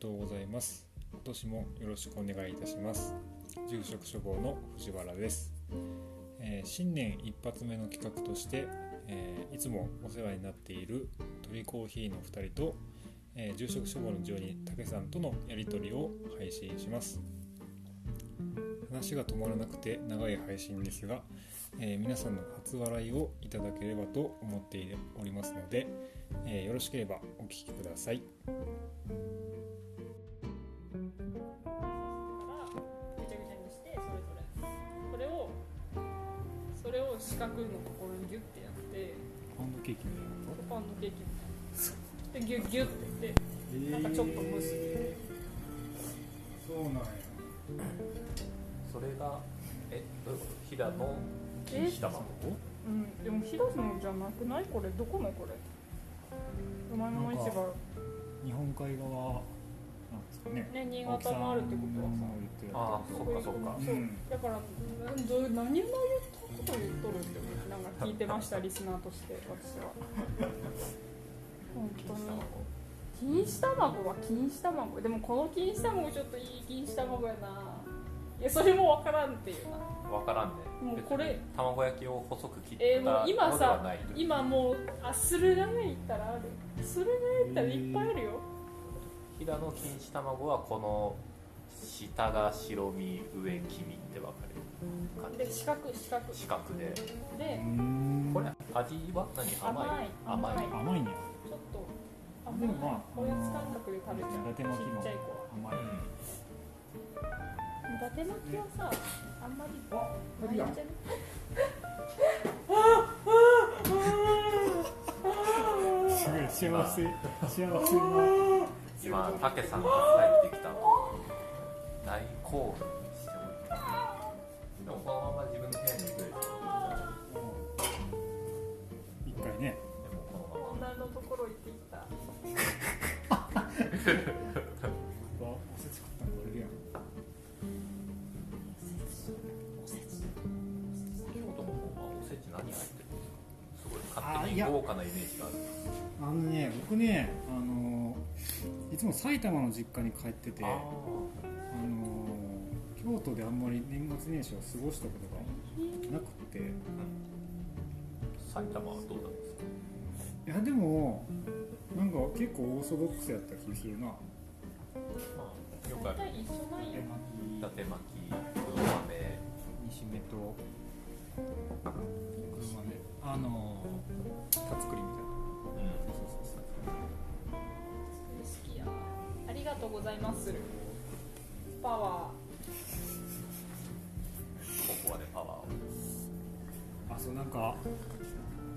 とうございます。今年もよろしくお願いいたします。住職処方の藤原です。えー新年一発目の企画として、えーいつもお世話になっている鳥コーヒーの2人と、えー住職処方のジョニー武さんとのやり取りを配信します。話が止まらなくて長い配信ですが、えー皆さんの初笑いをいただければと思っておりますので、えーよろしければお聞きください。からぐちゃぐちゃにしてそれぞれこれをそれを四角のところにギュッてやってパウンドケーキみたいなこパンのケーキみたいなでギュッギュッてやってなんかちょっと蒸すそうなんやそれがえどういうこと飛騨のえ錦糸卵うんでもひどのじゃなくないこれどこのこれお前の位置なんが日本海側なんですかねね新潟もあるってことはさああそっかそっかそううんだからなんどう何を言ったこと言っとるって思うなんか聞いてましたリスナーとして私は本当錦糸に卵錦糸卵は錦糸卵でもこの錦糸卵ちょっといい錦糸卵やないやそれもわからんっていうなわからんねもうこれ別に卵焼きを細く切ったえーもう今のではさない今もうあスルガがいったらあるスルガいったらいっぱいあるよ飛騨の錦糸卵はこの下が白身上黄身って分かれる感で四角四角じ四角ででこれ味は何甘い甘い甘い甘いんやちょっとあでもまあおやつ感覚で食べちゃ伊う達巻きちのっちゃい子甘はい伊達巻きはさあんまりあないんじゃないすごい幸せ幸せな今たけさんが帰ってきたの大興奮しておいてでもこのまま自分の部屋に行くでしょ一回ねでもこのまま女のところ行ってきたわおせち食ったの割れるやん京都の方はおせち何入ってるんですかすごいあ勝手いにや豪華なイメージがあるあのね僕ねあのーいつも埼玉の実家に帰っててあのあー京都であんまり年末年始を過ごしたことがなくてー埼玉はどうなんですかいやでもなんか結構オーソドックスやった気するなまあよくあ大る体一緒なんよ伊巻達巻き黒豆き煮しめと車であのたつくりみたいなそうそううんそう好きやありがとうございますパワココアでパワーをあそうなんか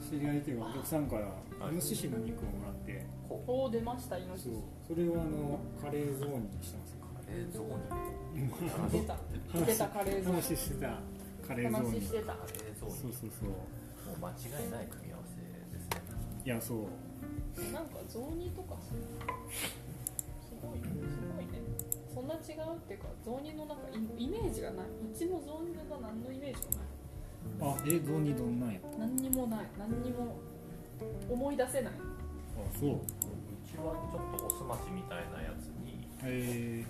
知り合いというかお客さんからはいイノシシの肉をもらって、こーおお出ましたイノシそうそシれをあのカレー雑煮にしたんですよう冷蔵に出た出たカレー話ゾしてたカレーンー雑話煮しそてたカレーう雑そう煮そうもう間違いない組み合わせですねいやそうなんか雑煮とかすごいすごいねそんな違うっていうか雑煮のなんかイイメージがないうちの雑煮が何のイメージもあないえ雑煮どんなんやった何にもない何にも思い出せなあいそううちはちょっとおすましみたいなやつにえ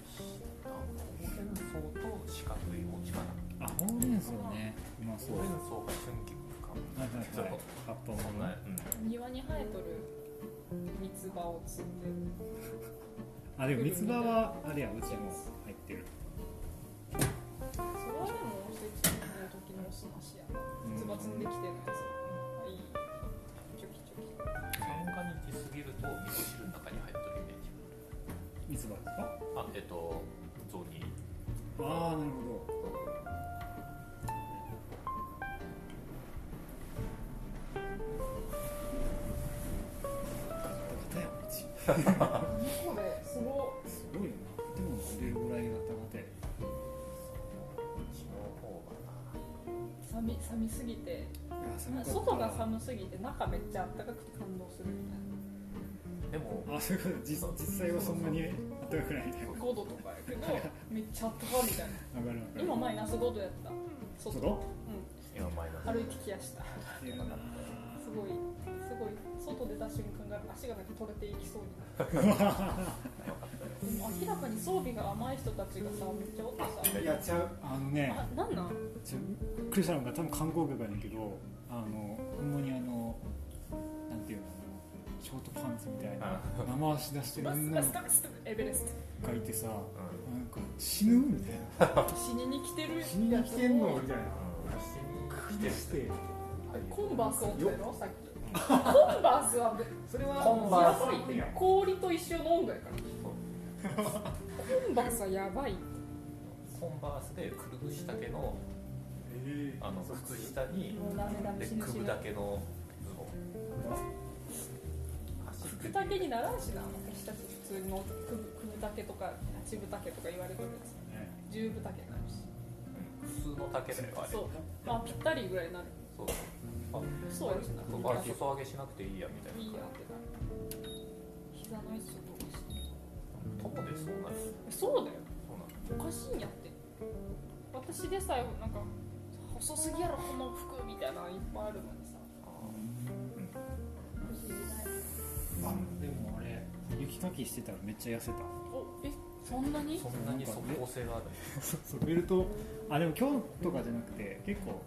あほうれん草と四角い餅かなー、あほうれん草ねうまそうほうれん草が春菊かはいはいそうはい葉っぱもそんな、うん、庭に生えとる三つ葉を摘んであでも三つ葉はあれやうちも入ってるそれはでもおせちの時のおすましやうんつばつんできてるやついいチョキチョキさんがに行き過ぎると味噌汁の中に入ってるイメージ三つ葉ですかあえっと雑煮ああなるほどガタガタやんうちすごいよなでもどれぐらいガタガタやこれすごうちの方がな寒い寒すぎていや寒かった外が寒すぎて中めっちゃ暖かくて感動するみたいでもあそういうこと実実際はそんなに暖かくないみたいなな5度とかやけどめっちゃ暖かいみたいな上がる上がる今マイナス5度やった外外今マイナうん、歩いスてきやした出るなすごいすごい外出た瞬間が足がなんか取れていきそうになるでも明装備が甘い人たちがさめっちゃおってさいいやちゃうあのねあなんなんちょびっくりしたのが多分観光客やねんけどあのほんまにあのなんていうのショートパンツみたいな生足出してるバス女バのス子バスエベレスがいてさなんうんか死ぬみたいなト死にに来てる死に来てんのみたいなうん来てしてコンバースを飲んだよさっきコンバースはそれはコンバースやばいって氷と一緒飲んだやからコンバースはやばいコンバースでくるぶし丈のええあの靴下にもうダメダメで死ぬ死首ぬだけのズボン走ってくたけにならんしな私たち普通のくぶくぶたけとかちぶたけとか言われてるやつ十分丈になるし普通の丈だよあれそうまあぴったりぐらいになるそそううやしなあれ裾上げしなくていいやみたいいいやなってなる膝の位置とかおかしい徒歩でそうなるそうだよそうなるおかしいんやって私でさえなんか細すぎやろこの服みたいなのいっぱいあるのにさ不思議だあよでもあれ雪かきしてたらめっちゃ痩せたおえそんなにそんなに即効性がある そうそうベルトあでも今日とかじゃなくて結構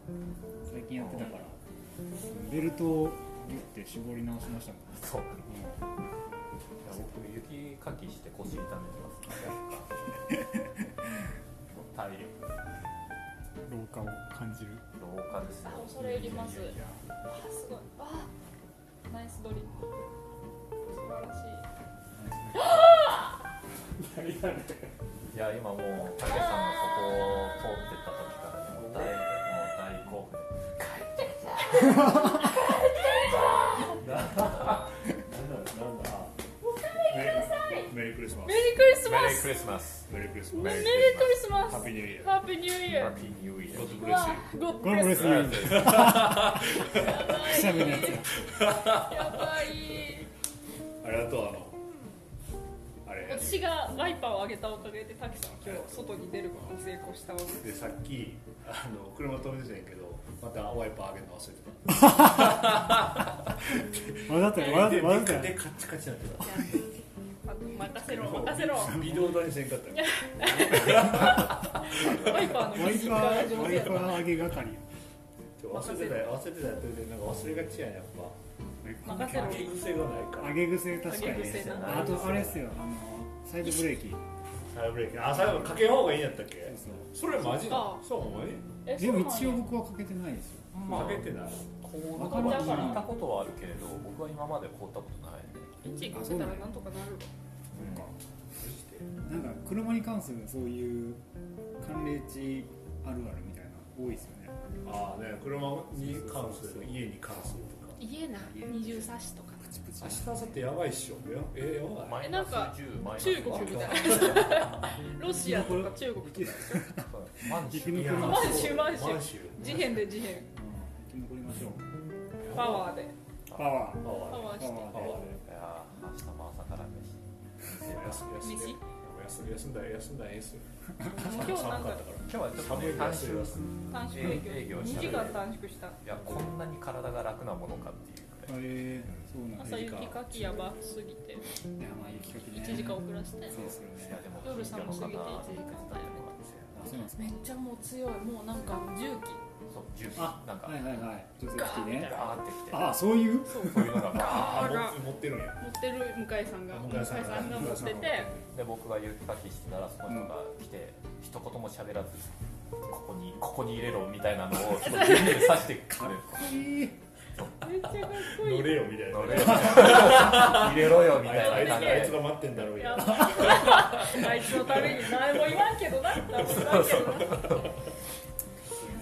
最近やってたからベルトをギュって絞り直しましたもんそういや僕雪かきして腰痛めてます体力老化を感じる老化ですよあ恐れ入りますいやいやあすごいあナイスドリップ素晴らしいいや今もうたけさんがそこを通ってった時からもう大もう大興奮なんだメリークリスマメリークリスマメリークスリスマスメリークリスメマリースクリスマスハッピーニューイヤーハッピーニューイヤハーッピーニューイヤゴッドーブうレスわゴゴッドブレスユやーばいくしゃみのやつややばいあれだとあのあれ私がワイパーを上げたおかげでタキさんは今日外に出ることに成功したわけでさっきあの車止めてたんやけどまたワイパー上げるの忘れてわざとやわざたとわざとやででカッチカチになって任せろた任せろ微動だにせんかったよワイパーのワイ技術パがー上ワ手イやパなー上げ係や忘れてたよ忘れてたよって言うてなんか忘れがちやねやっ任せぱろ上げ癖がないから上げ癖確か上げに癖なああとあれっすよあのサイドブレーキサイドブレーキあ最後かけん方がいいんやったっけそそれマそジっだかそう思いえでも一そう応なんや僕はかけてないですよまあかけてない凍るとは聞いたことはあるけれど僕は今まで凍ったことないね位置がせたらなんとかなるわなんか車に関するそういう寒冷地あるあるみたいなの多いですよねああね車に関する家に関するとか家な二重差しとかプチプチ明日明後日やばいっしょええやばいマイなナんスか10マイナス中国みたいなロシアとか中国とかそう満州生き残りましょ満州満州満州事変で事う変生き残りましょうパワーでパワパパワーワーーパしワパワーでいやー明日も朝から飯休み休飯み休み休んだら休んだらええっすよてもう今日なんだろう今日はちょっとね寒い短から縮短縮営営業業2時間短縮したいやこんなに体が楽なものかっていうくーらいえー、そうなん朝だい雪かきやばすぎてやまあ雪かきね1時間遅らせてそうですよいねやでも夜寒すぎて1時間だよねあそうなんですかめっちゃもう強いもうなんか重機そう重機あなんかはいはいはい除雪機上ねがってきてああそういうそうそういうのがバーあら持って持ってるんや持ってる向井さんが向井さんがが持っててンで僕が雪かきしてたらその人が来て一言も喋らずここにここに入れろみたいなの をその指で刺してくれるいいめっちゃかっこいい乗れよみたいな乗れよみたいな入れろよみたあいいつな感あいじつあいつでが待ってんだろういややあいつのために何も言わんけどな何も言わんけどな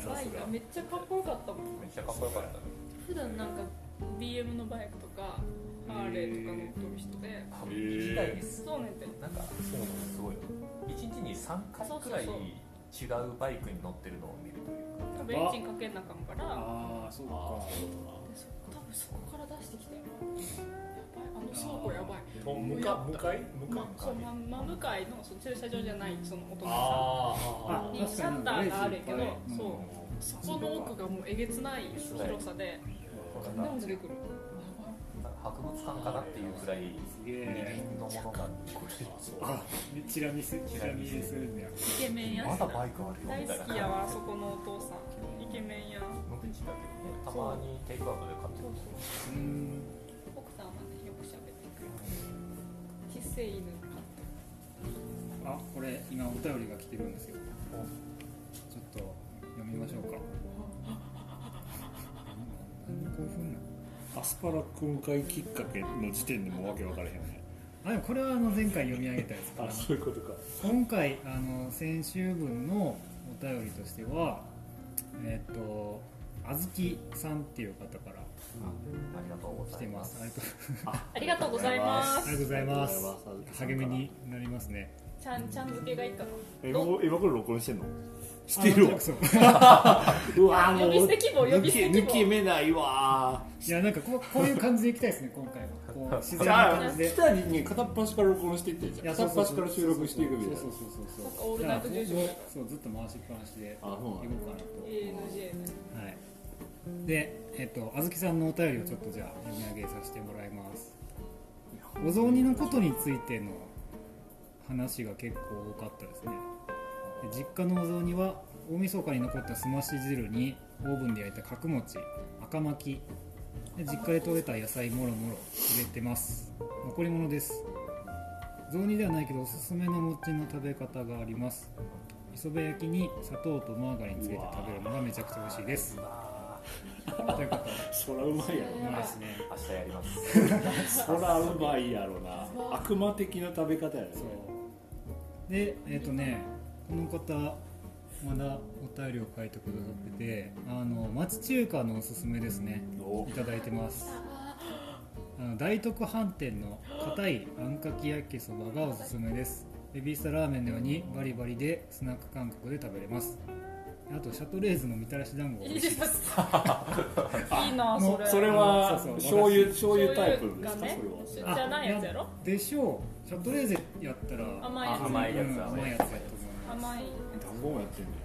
バイクがめっちゃかっこよかったもんめっちゃかっこよかったね普段なんか BM のバイクとかハーレーとか乗ってる人で多分一台にそうねんてなんかそうすごい一日に3回くらい違うバイクに乗ってるのを見るというか多分エンジンかけんなあかんからああそうかでそ多分そこから出してきたよやばいあの倉庫やばいもう向か向かい向かいま、そうま真向かいのその駐車場じゃないそのお隣さんあああにシャッターがあるけどレースいっぱいそうそこの奥がもうえげつない広さでなんか何出てくるやばいなんか博物館かなっていうくらいすげ二え輪のものがあチラ見せチラ見せするんだよイケメンやまだバイクあるよ大みたいな好きやわあそこのお父さんイケメンや無口だけどねたまにテイクアウトで買ってそうるそううん奥さんはねよく喋ってくれるちっせい犬飼ってるあこれ今お便りが来てるんですよちょっと読みましょう か何興奮なアスパラ訓会きっかけの時点でもうわけわからへんよねあでもこれはあの前回読み上げたやつかなういうことか今回あの先週分のお便りとしてはえっ、とあずきさんっていう方からうんありがとうご来ざていまますすありがとうありがとうございますありがとうございますありがとうございます励みになりますねちゃんちゃん漬けがいったのえど今今これ録音してんのあそうそううわもう呼び捨て希望呼び捨て希望抜け抜け目ないわいやなんかこうこういう感じでいきたいですね今回はこう 自然なあ感じで来たに片っ端から録音していってんじいゃやん片そうっそう端そうから収録していくみたいなそうそうそうそうそっかオールナイト住職だからもうそうずっと回しっぱなしでいあそうこなうんかだなと ANJ ねはいでえっとあずきさんのお便りをちょっとじゃあ読み上げさせてもらいますお雑煮のことについての話が結構多かったですねで実家のお雑煮は大晦日に残ったすまし汁にオーブンで焼いた角餅赤巻きで実家で採れた野菜もろもろ入れてます残り物です雑煮ではないけどおすすめの餅の食べ方があります磯辺焼きに砂糖とマーガリンつけて食べるのがめちゃくちゃ美味しいです あということそらうまい やでろうまいなですねー明日やりますそらうまいやろな悪魔的な食べ方やねそうでえっ、とねこの方まだお便りを書いてくださっててあの町中華のおすすめですねおいただいてますあの大徳飯店の硬いあんかき焼きそばがおすすめですベビースターラーメンのようにバリバリでスナック感覚で食べれますあとシャトレーゼのみたらし団子が美いい味しでいですすいいなそれそれはそうそう醤油醤そうい油うタイプですかがねそじれはあゃないやつやろでしょうシャトレーゼやったら甘いやつ甘いやつうん甘いやつだと思います甘い団子もやってんだよ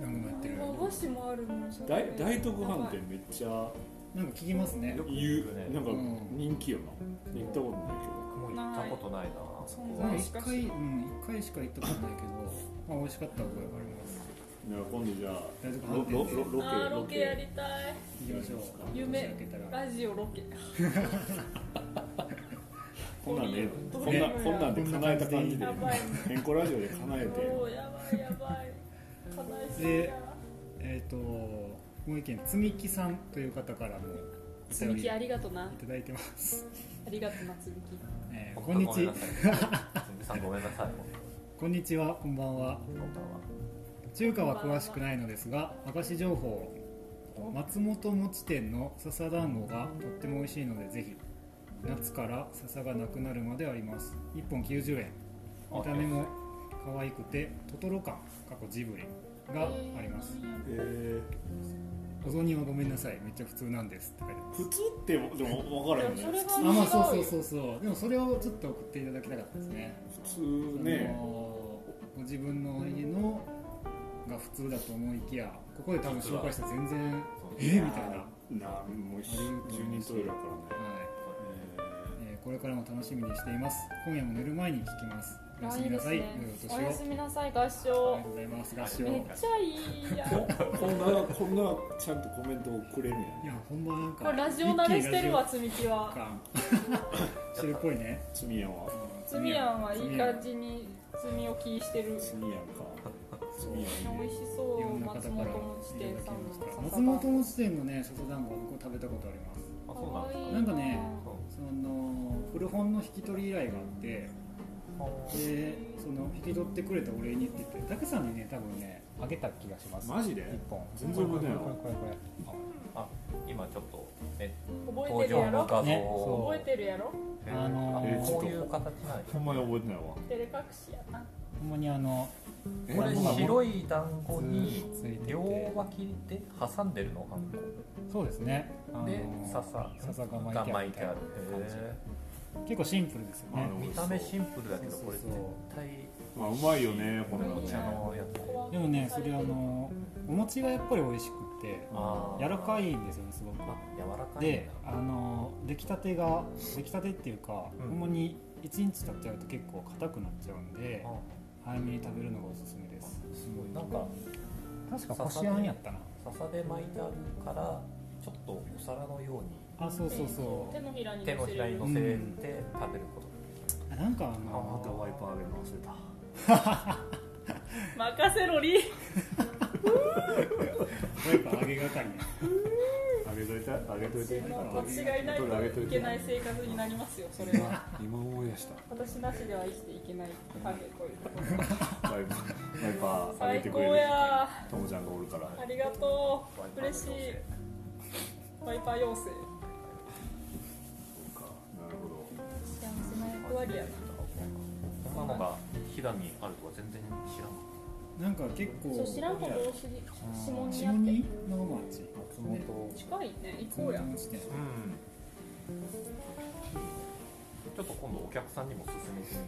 団子もやってる和菓子もあるのに大大徳飯店めっちゃなんか聞きますねよく言聞くねうなんかうん人気よな行ったことないけど僕も行ったことないなあそこまはあ一回、うん、一回しか行ったことないけど、まあ、美味しかった覚えがあります。じゃあ今度じゃあ大徳飯ロ店でロロロあケーロケやりたい行きましょう。夢年明けたら。ラジオロケこんなんねこんねなこんなんで叶えた感じでやばい変更ラジオで叶えおておやばいやばい悲しいでなえっ、と、もう一件、つみきさんという方からも。つみきあいりがとなただいてます。ありがとなつみきえー本当こんにごめちな、さい鈴木さんごめんなさいこんにちは、こんばんは。本当は中華は詳しくないのですが、明石情報。松本餅店の笹団子がとっても美味しいので、ぜひ。夏から笹がなくなるまであります。一本90円。見た目も可愛くてトトロ感過去ジブリがありますえお雑煮はごめんなさいめっちゃ普通なんですって書いてー普通ってでも分からへんいやそれねがあまあそう違そううよそうそうでもそれをちょっと送っていただきたかったですね普通あのねご自分の家のが普通だと思いきやここで多分紹介したら全然はそうえーみたいななもう十人トイレだからねい、えーこれからも楽しみにしています今夜も寝る前に聞きますおやすみなさい良あいいいですお年をねおやすみなさいあり合が唱とうございます合唱めっいちゃいいやんえーこんなこんなちゃんとコメントをくれるんやねやほんまなんかこれラジオ慣れしてるわ一つみき気にはラジオ感してるっぽいね 罪やわつみやんはいい感じにつみをきしてる罪やんか罪や美んね味しそいうろんな方か松らい本ただき餅店さんましたの松本餅店のね笹団子は僕食べたことありますあそうなんですかなんかねその古本の引き取り依頼があってでその引き取ってくれたお礼にって言ってたけさんにね多分ねあげた気がしますマジで一本全然覚えてないわこれこれこれこれあ今ちょっとね覚えて登る場やのろ画像ねをそう覚えてるやろえあのーこういう形なんやほんまに覚えてないわ照れ隠しやなほんまにあのえこれ今白い団子についてて両脇で挟んでるのハンそうですねあコので笹笹が巻いがてある巻いみたていあなる感じ結構シンプルですよねあの見た目シンプルだけどこれ絶対まあうまいよねここんなののおね茶のやつでもねそれあのお餅がやっぱり美味しくってあー柔らかいんですよねすごあく柔らかいんでだあの出来たてが出来たてっていうか、うんほんまに1日経っちゃうと結構硬くなっちゃうんであ早めに食べるのがおすすめですすごいなんか確かこしあんやったな笹で巻いてあるからちょっとお皿のようにあそうそうそ手のひらに手の乗せひるらに乗せて食べることうあなんかああまたのワイパーあげるの忘れた任せろりワイパー揚げ係ねあげといたあげといて間違いないといけない生活になりますよそれは今今思い出した私なしでは生きていけないカフェこういうとこワイパーワイパーあげ最て高くれるやともちゃんがおるからありがとワイうパーの嬉しいワイパー妖精そうかなるほ幸せな役割やなそんなのが飛騨にあるとは全然知らなかっなんか結構そう知らんこと多すぎ下にあ下ってにの町た松本近いね行こうや松本ねうんちょっと今度お客さんにも勧めてみ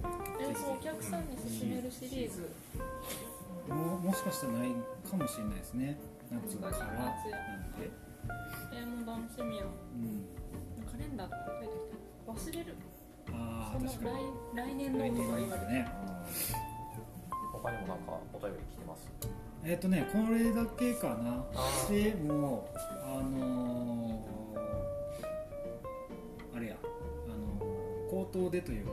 るえそうお客さんに勧めるシリーズももしかしたらないかもしれないですね夏から夏なんやで、えもう楽しみやうん、カレンダーとか書いてきた忘れるあそあの確かに来来年来のとか年今だでよね他にもなんかお便り来てますえっ、とねこれだけかなあーでもうあのーあれやあのー口頭でというか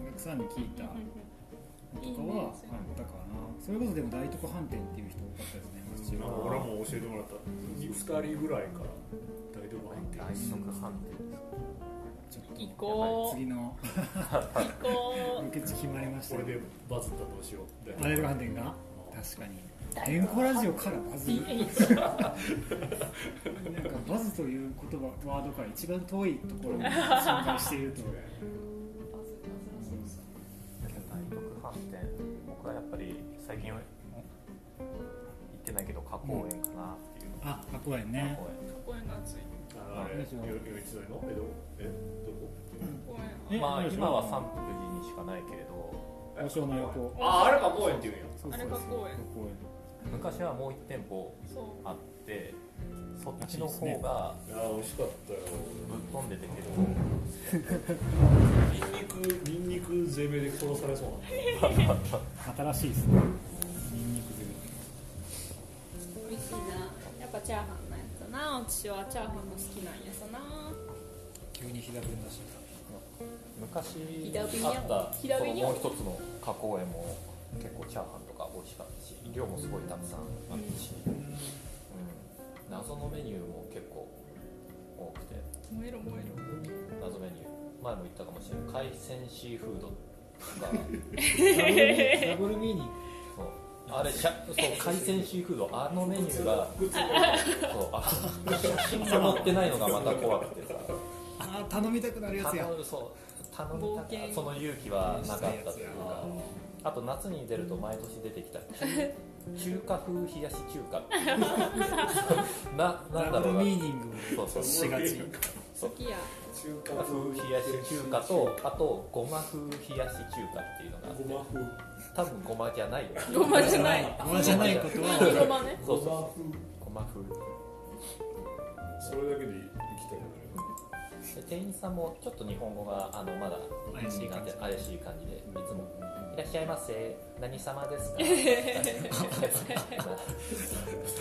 お客さんに聞いたのとかはあったかなそれこそでも大徳飯店っていう人多かったですね松ど島俺も教えてもらった二人ぐらいから大丈夫入って大る食飯店ちょっ行とこう次の行こ受け地決まりましたこねれでバズったらどうしよう大徳飯店が確かに電光ラジオからバうズる DH なんかバズという言葉ワードから一番遠いところに存在 していると大徳飯店僕はやっぱり最近はん行ってないけど花公園かなっていうあかっこいい花ね公公園の暑いああれよ余一台の江戸えどこ公え園まあ何でしょう今は三福寺にしかないけれど王将の横ああれか公園っていうんやそうそうそうあれが公園公園昔はもう1店舗そうあってそっちの方がああ美味しかったよぶっ飛んでたけど、ニンニクニンニクゼメで殺されそう新しいですねニンニクゼミ美味しいなやっぱチャーハンのやつだな私はチャーハンも好きなんやさな急にひだくん出して昔ダビニあャンったヒダそビのニャンもう一つの加工園も結構チャーハンとか美味しかったし量もすごいたくさんあったし、うん、謎のメニューも結構多くて燃えろ燃えろ謎メニュー前も言ったかもしれない海鮮シーフードとかたダブルミーニそうあれしゃそう海鮮シーフードあのメニュー がそうあ 写真が載ってないのがまた怖くてさあー頼みたくなるやつや頼むそう頼みた冒険かその勇気はなかったというかあと夏に出ると毎年出て きた中中華風冷やし中華っていうなダなんだブろルうなミーニングそうそうしがちそう好きや中華風冷やし中華とあとごま風冷やし中華っていうのがあってごま風多分ごまじゃないごまじゃないごまじゃないことはごまねそうそうそうごま風それだけで生きたいよねで店員さんもちょっと日本語があのまだ怪しい感じ怪しい感じでいつも「いらっしゃいませ何様 ですか?ま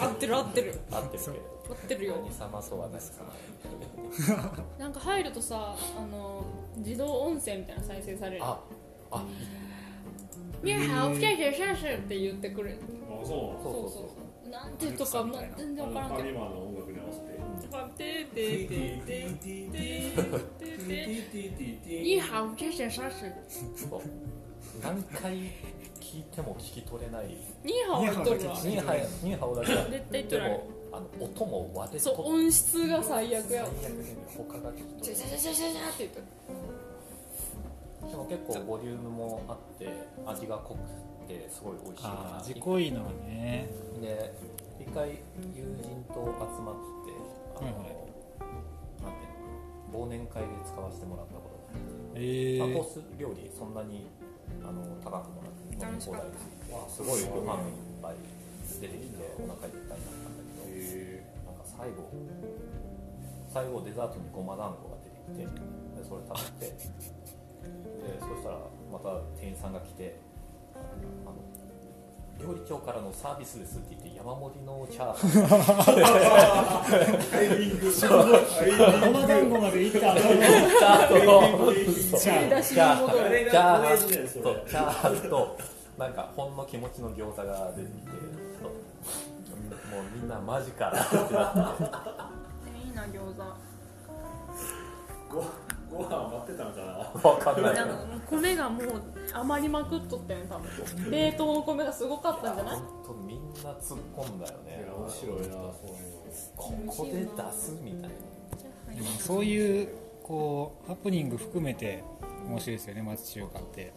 合ってる合ってるあ」合ってるけど合ってるよ何様とは何様なんか入るとさあの自動音声みたいな再生されるああ「ニャーハオキャキャキャシャ」って言ってくるあそうそそうそうそううそうなんてとかも全然分からんけどマの音楽に合わせて「パテテテテテテテニーハオキャキャシャシャ」そう何回聞いても聞き取れない「ニーハオ」は取るわニーハイニーハオだけ絶対で取られるもあの音も割れそうと音質が最悪最や悪わで他が聞ジき取ャれジャジャジャないジャジャって言ってるでも結構ボリュームもあって味が濃くてすごい美味しいかあらー自己いいのはねで一回友人と集まってあの、はいはいなんていうの忘年会で使わせてもらったことがあっえてまあ、ーコース料理そんなにあの高くもなく飲み楽し放かっ題たですごいご飯いっぱい出てきてお腹いっぱいになったんだけど、えなんか最後最後デザートにごま団子が出てきてでそれ食べてでそしたらまた店員さんが来て「あの料理長からのサービスです」って言って山盛りのチャーハンタイミングー、ごま団子まで行った後のチャーハンとチャーハン出しに戻あるチれャーハンがトレードだよそとれチャーハンとなんかほんの気持ちの餃子が出てきてちょっともうみんなマジかってなっていいな餃子ごご飯待ってたのかな分かんないなんか米がもう余りまくっとったよね多分冷凍の米がすごかったんじゃない本当みんな突っ込んだよいねういうここで出すみたいなでもそういうこうハプニング含めて面白いですよね町中華って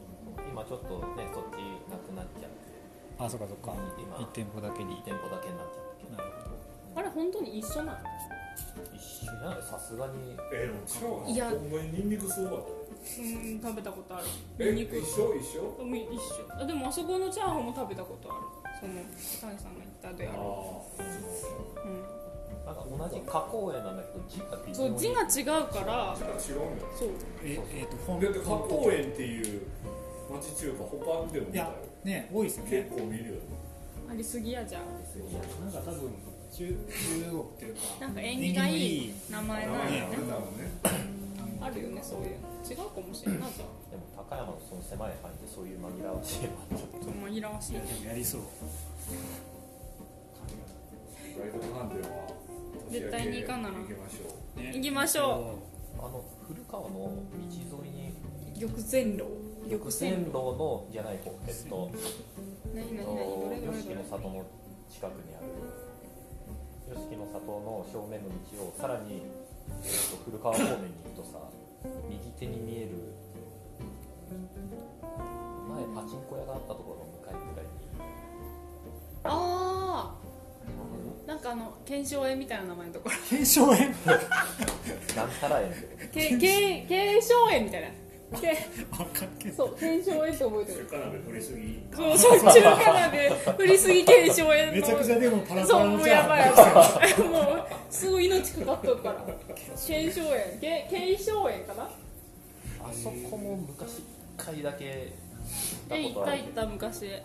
今ちょっとねそっちなくなっちゃってあそっかそっか今1店舗だけに2店舗だけになっちゃったけどなるほどあれ本当に一緒な一緒じゃないさすがにえでもチャーハンいやほんまにニンニクすごかっのうん食べたことあるたえ一緒一緒うん一緒あでもあそこのチャーハンも食べたことあるその高木さんが言ったであるうなんか同じ加工園なんだけど字が微ん、妙そうに字が違うからじゃあ違うんだよそうええっと本だって加工園っていう町中華他でも見いたよやね多いですよ結ね構見るよねありすぎやじゃんなんか多分中中国っていうかなんか縁起がいい名前なんよねねだもんねあるよねそういうの違うかもしれんないじゃでも高山のその狭い範囲でそういう紛らわしいのはちょっあ紛らわしいいやでもやりそう大豆飯店は絶対に行かな行きましょうね行きましょとあの古川の道沿いに玉前楼玉泉楼のじゃない方えっと何何何どれどれど吉木れの里の近くにある吉木の里の正面の道をさらに、えっと古川方面に行くとさ右手に見える前パチンコ屋があったところの向かいぐらいにああなんかあの検証園みたいな名前 のところ検証園なんたら園ってことけけ検証園みたいなけわかんけどそう検証園って覚えて 中る華鍋振りすぎそうそう中華鍋振りすぎ検証園のめちゃくちゃでもパラパそうラのもうじゃやんばいやばいもうすごい命かかっとるから腱鞘炎け腱鞘炎かなあそこも昔一回だけえ行行ったっことあたる行った昔なんか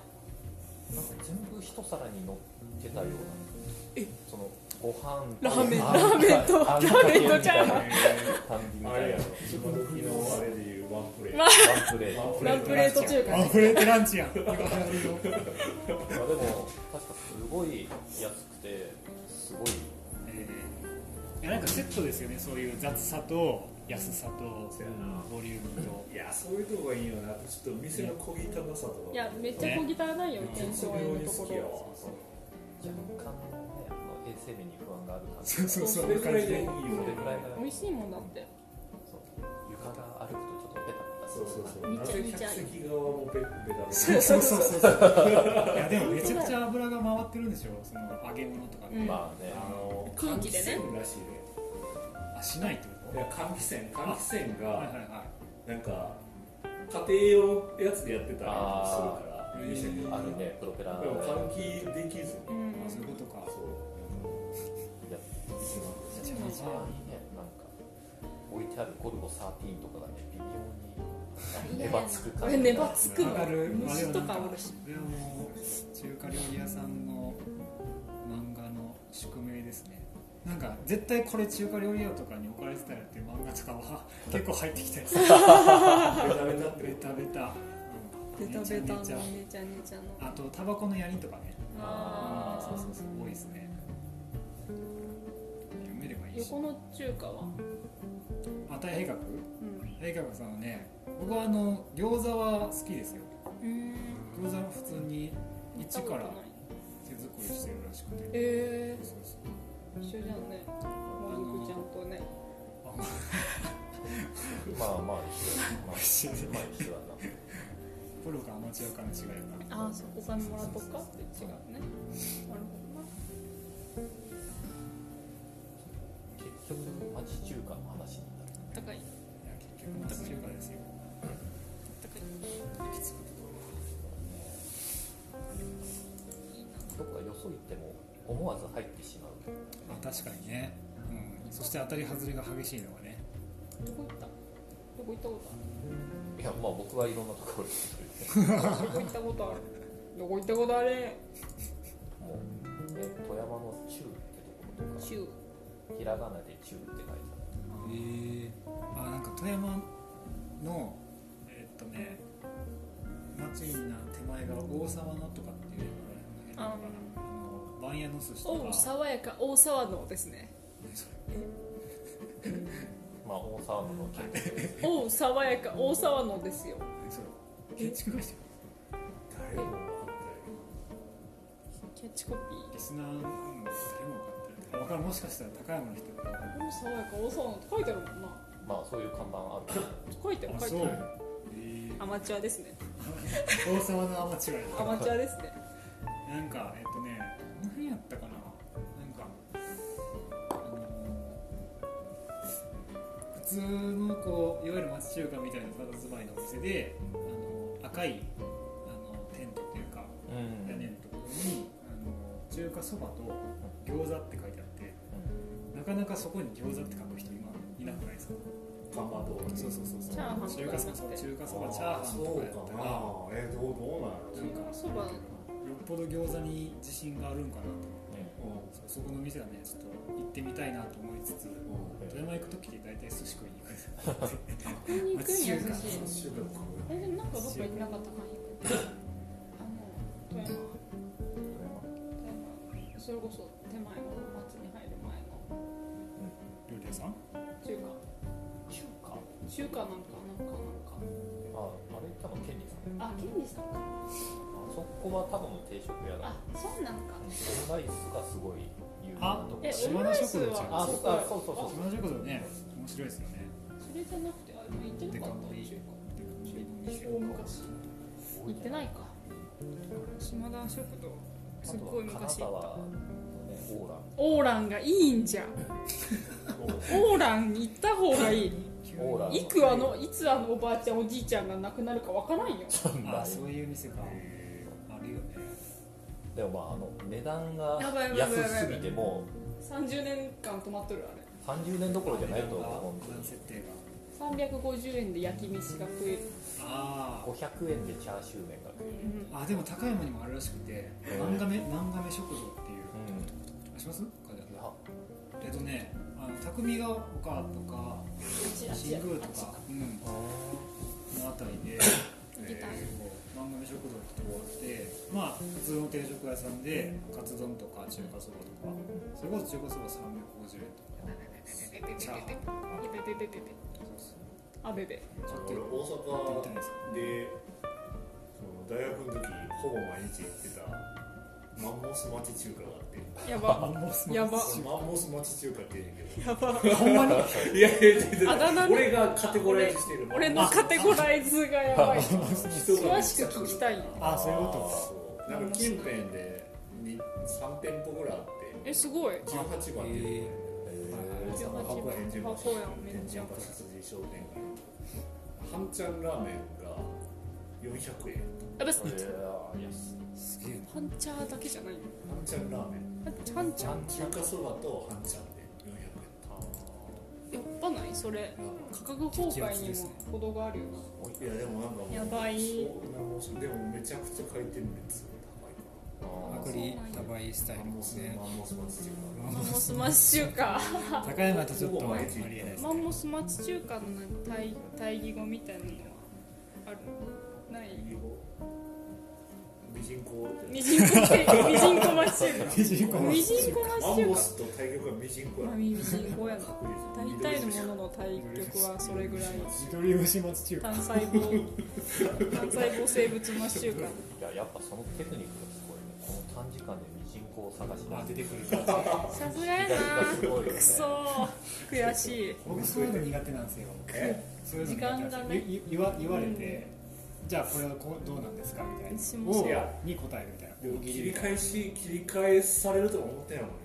全部一皿に乗ってたようなえそのご飯ラーメンあんラーメンとあんかラーメンとチャーハけみたいなあれやろ今時のあれでいうワンプレーまワンプレートワンプレート中華あフレートランチやんまあでも確かすごい安くてすごいえーいやなんかセットですよねそういう雑さと安さとそうやなボリュームといやそういうとこがいいよなちょっと店の小汚さとかいやめっちゃ小汚いよね腱鞘炎のとこ絶妙に好ろ若干ねあの衛生面に不安がある感じそうそうそうれぐらい感じでいいでよねそれぐらいが美味しいもんだってそう床が歩くとちょっとベタベタすそうるそうそうめなっちゃぜめちゃ客席側もベベタそうそうそうそうそういやでもめちゃくちゃ油が回ってるんでしょその揚げ物とかね、うんまあねなの空気でね換気扇らしいねあしないってこといや換気扇換気扇はいはいがはなんか家庭用のやつでやってたりするからい店であるねプロペラでも換気できずにうあんそういうことかそうやめちゃめちゃあいいねなんか置いてあるゴルゴ13とかがね微妙にネバつくこ感れじネ バつく上がのる虫とかおるしこれはもう中華料理屋さんの漫画の宿命ですねなんか絶対これ中華料理屋とかに置かれてたよっていう漫画とかは結構入ってきたやつベタベタってベタベタうベんタベタのめちゃめちめちゃめちゃのゃあとタバコの槍とかねあそうそうそう多いですね読めればいいし横の中華はあ大平学うん大平学さんはね僕はあの餃子は好きですようん餃子は普通に一食べかたらことない手作りしてるらしくてえそうそうー、一緒じゃんねあおの肉ちゃんとねまあまあ一緒だまあ一緒だまあ一緒だなプロかアマチュアかの違いがああそこからもらっとくかって違うねなるほどな結局町中華の話になる高いいや結局また中華ですよ高きつくてどこかよそ行っても思わず入ってしまうあ確かにね、うん、そして当たり外れが激しいのがねどこ行ったどこ行ったことあるいやまあ僕はいろんなところにどこ行ったことあるどこ行ったことあれもう、え富山の中ってところとかシューひらがなで中って書いてえー、あなんか富山のえっとね町にな手前が大沢のとかっていうのがあるんだけどあの番屋の寿司とおかう爽やか大沢のですね何それあるまあ大沢の県おう爽やか大沢のですよ何それ建築会社誰も分かキャッチコピーリスナーの誰も分かってないわからんもしかしたら高山の人がおう爽やか大沢のって書いてあるもんなまあそういう看板ある書いてあるあ書いそうてあるえアマチュアですねー、王様のアマチュアやアマチュアですねなんかえっとねこの辺やったかななんかあの普通のこういわゆる町中華みたいな佇まいのお店であの赤いあのテントというかうん、屋根のところにあの中華そばと餃子って書いてあってなかなかそこに餃子って書く人今いなくないですか看板とかそうそうそうそうチャーハンとか中華そばになって中華そばチャーハンとかやったらよあえどうどっぽど餃子中華そばうなんやろに自信があるんかなと思って。うんそうそこの店はねちょっと行ってみたいなと思いつつうん富山行く時って大体寿司食いに行くんですよ中ここに行くんや華私そうしようかえでもなんかどっか行ってなかったかい あの富山富山それこそ手前の町に入る前料理の屋さん中中華華中華なんかなんかああれ多分県立さんなんかあケンジさんかあそこは多分定食屋だあそうなんかオンライスがすごい有名なとこえ島オムライス田食堂ちゃうはあっかあそうそうそう同じことね面白いですよねそれじゃなくてあれ行ってでなかかっったこいい中で華かっこいいの店大昔行ってないいか島田食堂あとは金沢のねオーラオーランがいいんじゃんオーランに行った方がいい急にオーラいくあの いつあのおばあちゃんおじいちゃんが亡くなるかわからんよあそういう店かあるよねでもまああの値段がやばいやばいやばい安すぎても30年間止まっとるあれう30年どころじゃないと思うんでプラン設定が350円で焼き飯が食えるあー500円でチャーシュー麺が食えるあでも高山にもあるらしくてー漫画め漫画め食堂っていううんあしますかじゃいやあえっとねあの匠が丘とか新宮とかうんこの辺りで、行きえたいー、番組食堂ってとこあってまあ普通の定食屋さんでカツ丼とか中華そばとかそれこそ中華そば350円とかチャーハンとかそうそうあべべちょっと俺行ってみ大たいです阪でその大学の時ほぼ毎日行ってたマンモス町中華があってやマばンモスやば俺マンモス町中華って言うんややばけどほんまにいやいやいやいやあだ名ね俺がカテゴライズしてる俺のカテゴライズがやばい人が詳しく聞きたいあそういうこそうなんか近辺でに3店舗ぐらいあってえすごい18番っていうえー箱園18番箱園めっちゃ羊商店街半ちゃんラーメンが400円やばいいや安いとすげえなハンチャーだけじゃないよ半ちゃんラーメンハンチャー中華そばと半ちゃんで400や円っぱないそれ価格崩壊にも程があるよないやでもなんかもうやばいそうなんかそうでもめちゃくちゃ回転率高いかあアクリタバイスタイらマルンでモすスねマンモスマン町中華モスマッチ中華高山とちょっとありえないですマン モスマッチ中華のなんか対対義語みたいなのはあるない美人公ってミジンコってミジンコマッシュ美人中華ミジンコマッマシンュモ中スと対局はミジンコ華やまあミジンコやな大体のものの対極はそれぐらい緑虫町中華単細胞単細胞生物マッシュ中華いややっぱそのテクニックがすごいねこの短時間でミジンコを探しあ出出しててくるかさすが左やがすなごいよねくそー悔しい僕そういうの苦手なんですよえそういうの苦手なんですよ時間がねゆゆ言わ言われてじゃあこれはこうどうなんですかみたいな私もそうをに答えるみたいなでも切りえ返し切り返されるとは思ってないもんね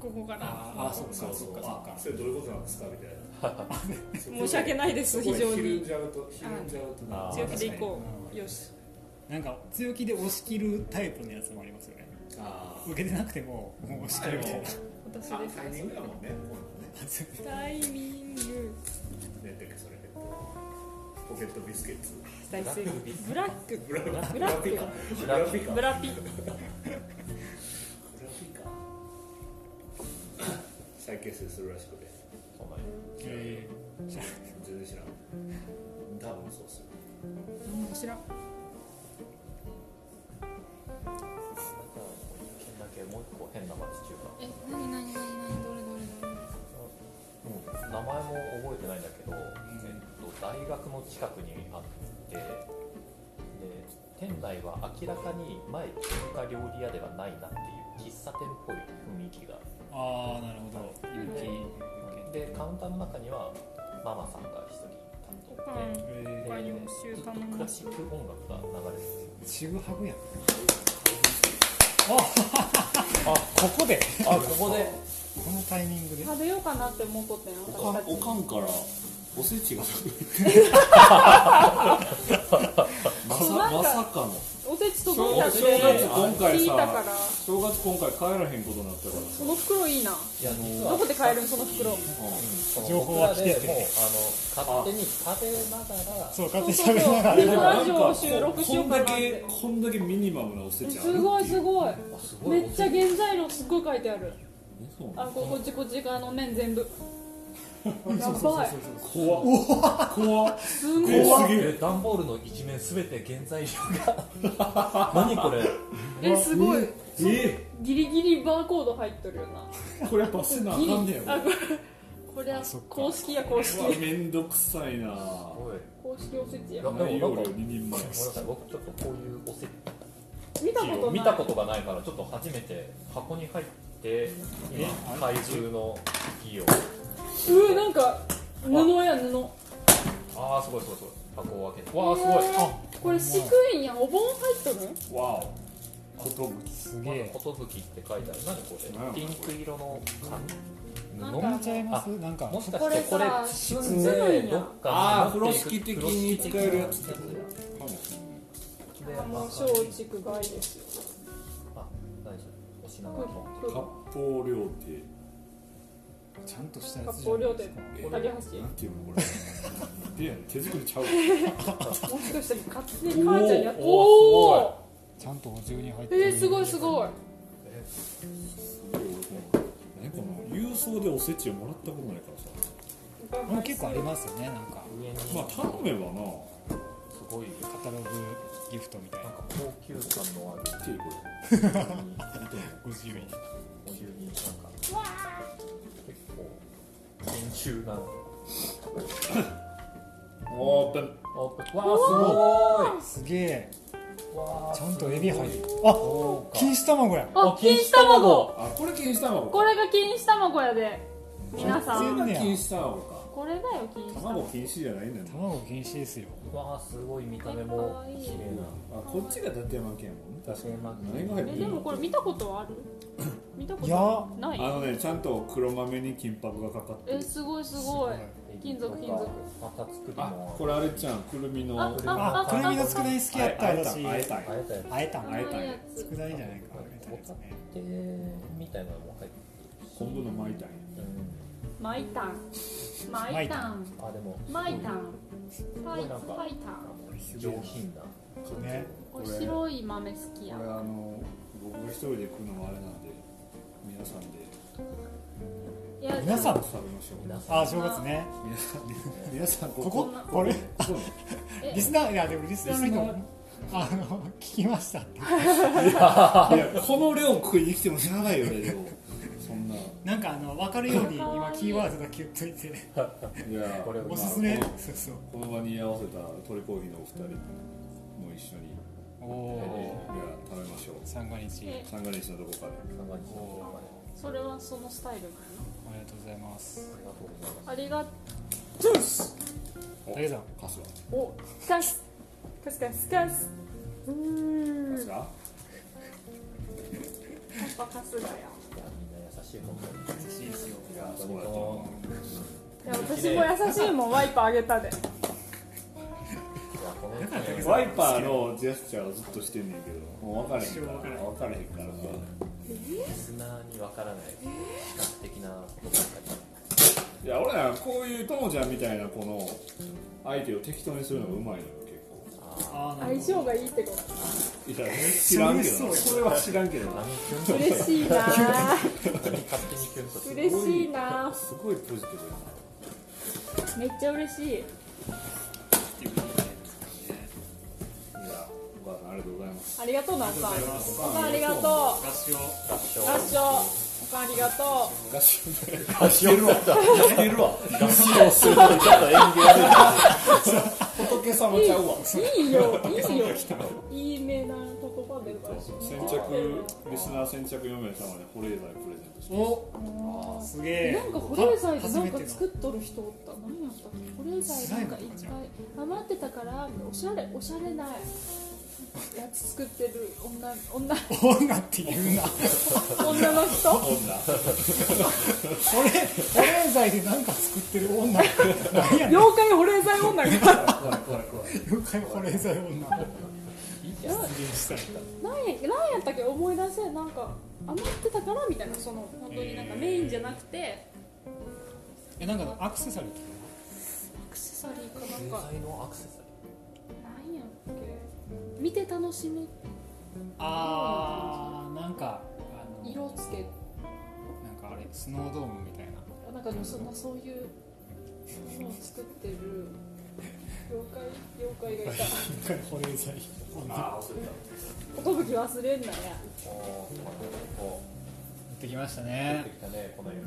ここからああそうかでもそうかねそうかあそれどういうことなんですかみたいなそこで申し訳ないですそこ非で常ひるんにじゃうとひるんじゃうとねあー強気でいこうよしなんか強気で押し切るタイプのやつもありますよねあー受けてなくてももうしかるみたいな私あですタイミングだもんね今度ねタイミング何だっけそれえっとポケットビスケッツ大正義ブラックブラブブラックよブラピカブラピブラピカ再結成するらしくてそんなにえ全然知らん多分そうっすよ面白いじゃあもう一軒だけもう一個変な町中華え、なになになになに、どれどれどれ。名前も覚えてないんだけど、えっと、大学の近くにあってで店内は明らかに前中華料理屋ではないなっていう喫茶店っぽい雰囲気がー、 ああなるほど勇気でカウンターの中にはママさんが一人担当で,、えはいで洋酒ちょ頼っとむクラシック音楽が流れててー、ちぐはぐやんああここであここでこのタイミングで食べようかなって思っとってんおかんお私たかんからおせちがまさまさかのちおせち届いたって正月今回聞さいたから正月今回帰らへんことになったからその袋いいないや 実はどこで買えるんその袋その情報は来てて僕らでもうあの勝手に食べながらそう勝手に喋りながらそうそうそうラジオを収録しようかなっこんだけてこんだけミニマムなおせちあするごいすごいあすめっちゃおせ原材料すっごい書いてあるえそうなあのここっちこっち側の麺全部やばい怖っ怖っすごいえすげええ段ボールの一面すべて原材料 が何これえすごいえギリギリバーコード入っとるよなこれやっぱせなあかんねやあろこれこれはそっか公式や公式うわめんどくさいなすごい公式おせちやや内容量2人前ごめんなさい僕ちょっとこういうおせち見たことなをい見たことがないからちょっと初めて箱に入って今怪獣の木をうーなんか布や布ああすごいすごいすごい箱を開けてわあすごいえーあこれ四角いんやお盆入っとるわすげまだえ寿って書いてある何こ何れピンク色のなん飲かんじゃいますなんか紙もしかしてこれこれさ包んでどっかに持っていくあー風呂敷的に使えるやつ風呂敷的なやおかもつあもう松であ竹外ですよあ何それお品書きのこれ割こ烹料亭ちゃんとしたやつ割じゃ烹な料いで亭すかれ影橋なんていうのこ れいや手作りちゃうれもしかしたら勝手に母ちゃんやっおーおおちゃんとお重に入っえてるー、すごいすごいえすごい俺この何この郵送でおせちをもらったことないからさでも結構ありますよねなんか上にまあ頼めばなすごいカタログギフトみたいななんか高級感のある見てこお重にお湯になんか結構厳重なれオープンオープンわあすげえすごいわーちゃんとエビ入ってるすあごい錦糸卵やあ錦糸卵あこれ禁止卵これが錦糸卵やで皆さ全ん然が禁止卵かこれだよ錦糸卵卵禁止じゃないんだよね卵禁止ですよわあすごい見た目も綺麗なあこっちが伊達山県やもんね確かにまあ何が入ってえるでもこれ見たことはある見たこいやとないあのねちゃんと黒豆に金箔がかかってえるすごいすごい金属金属また作りあもこれあれちゃんくるみのあくるみああくるみの佃煮好きやったあえた私んあえたんあえたやつあえたん甘あえいたんあえたんやつ佃煮じゃないかあえたやつねでみたいなのも入ってるし昆布の巻いたんやうんマイタンマイタンあでもマイタンパイなんかパイあタの上品なねこンれこ白い豆好きれやあの僕が一人で食うのもあれなんで皆さんでいや皆さん食べましょう皆さんあ正月ね皆さんで皆さんこここれここえリスナーいやでもリスナーの人リもあの聞きましたっていやこの量食いに来ても知らない よねでもそんななんかあの分かるように今キーワードだけ言っといて いやこれおすすめまあそうそうこのこの場に居合わせた鳥コーヒーのお二人も一緒にいおやお食べましょう三が日え三が日のどこかで三が日おのおそれはそのスタイルなんやありがとうございますありがとうございますなあり竹さがおんカスはおスカスカスカスカスうーカんスがパパカスがやいやみんな優しい本当に優しいですよいやそうだと思いうや私も優しいもんワイパーあげたでいやこのだから竹さんワイパーのジェスチャーをずっとしてんねんけどもう分からへん一生分かかららへん分からへんからさリスナーにわからない視覚的なことばっかりいや俺らこういうともちゃんみたいなこの相手を適当にするのがうまいのよあーなる 相性がいいってこ結構いや知らんけどなそれは知らんけどあなのキュンとと嬉してしいなぁ勝手にキュンとして嬉しいなすごいポジティブやぁめっちゃ嬉しいないやお母さんありがとうございますありがとうなおかんありがとうございますおか合唱んありがとう合唱合唱おかんありがとう合唱で合唱してるわしてるわ合唱するとちょっと演技悪い仏様ちゃうわいいよい いよいいめな言葉で歌うし先着リスナー先着4名様で保冷剤プレゼントしますおあすげえなんか保冷剤はなん初めてかの作っとる人おった何やったっけ保冷剤なんかいっぱい余ってたからおしゃれおしゃれなやつ作ってる女女女って言うな女の 人保冷保冷剤でなんか作ってる女何やねん妖怪保冷剤女が妖怪保冷剤女ななんやなんやったっけ思い出せなんか余ってたからみたいなその本当になんかメインじゃなくてえなんかアクセサリーってアクセサリーかなん天か才のアクセサリなんやったっけ見て楽しむあーなんかあの色つけなんかあれスノードームみたいななんかそんなそういうものを作ってる妖怪妖怪がいた 妖怪保冷剤女行ーあー忘れ寿た忘れんなやおーまあおってきましたー降っねてきたねこの雪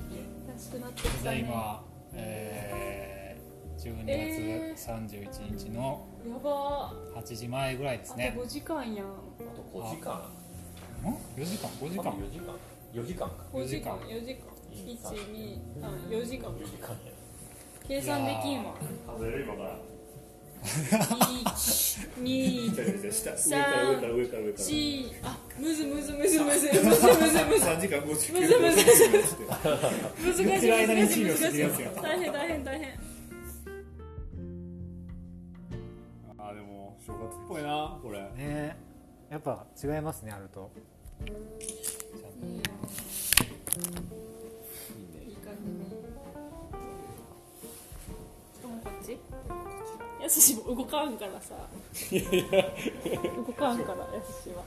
らしくなってきじたゃあねや今、えー、12えー月31日のば8時前ぐらいでーあすとね、 5時間やんあと5時間ん4時間5時あと間4時間4時5時間か間4 4時間いい1 2 3 4時間4時間や計算できんわ数える今から2じゃじゃ下さ上んから上から上から上1あむずむずむずむずむずむずむずから3時間59むずむずむず分難ししてい 言ってる間に資料してるやつや大変大変大変あーでも正月っぽいなこれねやっぱ違いますねあるといいよいい感じねあもうこっちやすしも動かんからさ動かんからやすしは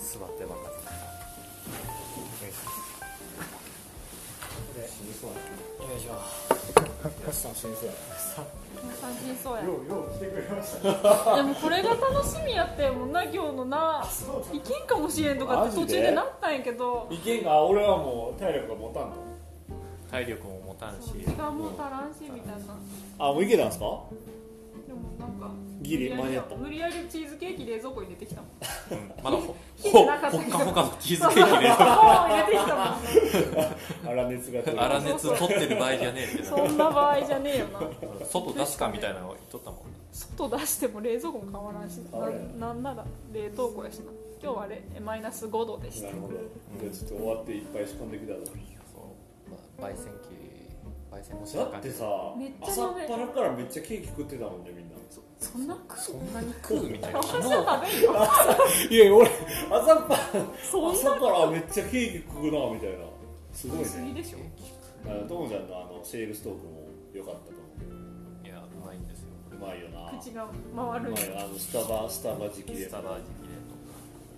座ってばかり死にそうだよいしょやすさん死にそうや感じそうやうよう来てくれましたでもこれが楽しみやったよもんな今日のな生きんかもしれんとかって途マ中ジででなったんやけど意見が俺はもう体力が持たんの体力も持たんし時間も足らんしみたいなあもういけたんすかでもなんかギリ無理や間に合った無理やりチーズケーキ冷蔵庫に入れてきたも んまだほ火じほゃなかったほっかほかのチーズケーキでそう入れてきたもん粗熱が取れ粗熱取ってる場合じゃねえってそんな場合じゃねえよなな外出すかみたいなの言っとったもんな外出しても冷蔵庫も変わらんし変わらんななんなら冷凍庫やしな今日はれマイナス5度でしたなるほどじゃあちょっと終わっていっぱい仕込んできたぞそう、まあ、焙煎機焙煎もしなだかっったてさめっちゃ朝っ食べぱらからめっちゃケーキ食ってたもんねみんなそんなそんなに食うみたいな朝昨食べ日んよいや俺朝っぱそんな朝からめっちゃケーキ食うなみたいなすごい過ぎねでしょあのともちゃんのあのシェールストークも良かったと思いやうまいんですよううまいよな口が回るうまいよあのスタバスタバ直ス伝タバ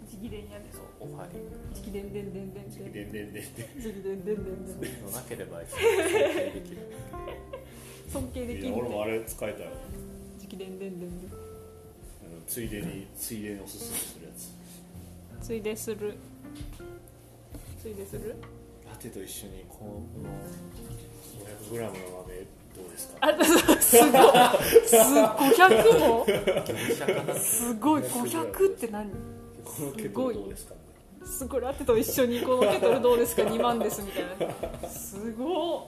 時期直伝やででとかそうオファリ直伝でんでんでんで直んで伝でんでんで直伝でんでんでんでんンのなければ一緒にできる尊敬でんきいやる俺もあ直れ使えたよ伝でんでんでんあのついでについでにおすすめするやつついでするついでするラテと一緒にこの 500g の豆どうですかあすごいす500も医者かなすごい500って何このケトルどうですかすごいラテと一緒にこのケトルどうですか2万ですみたいなすごっ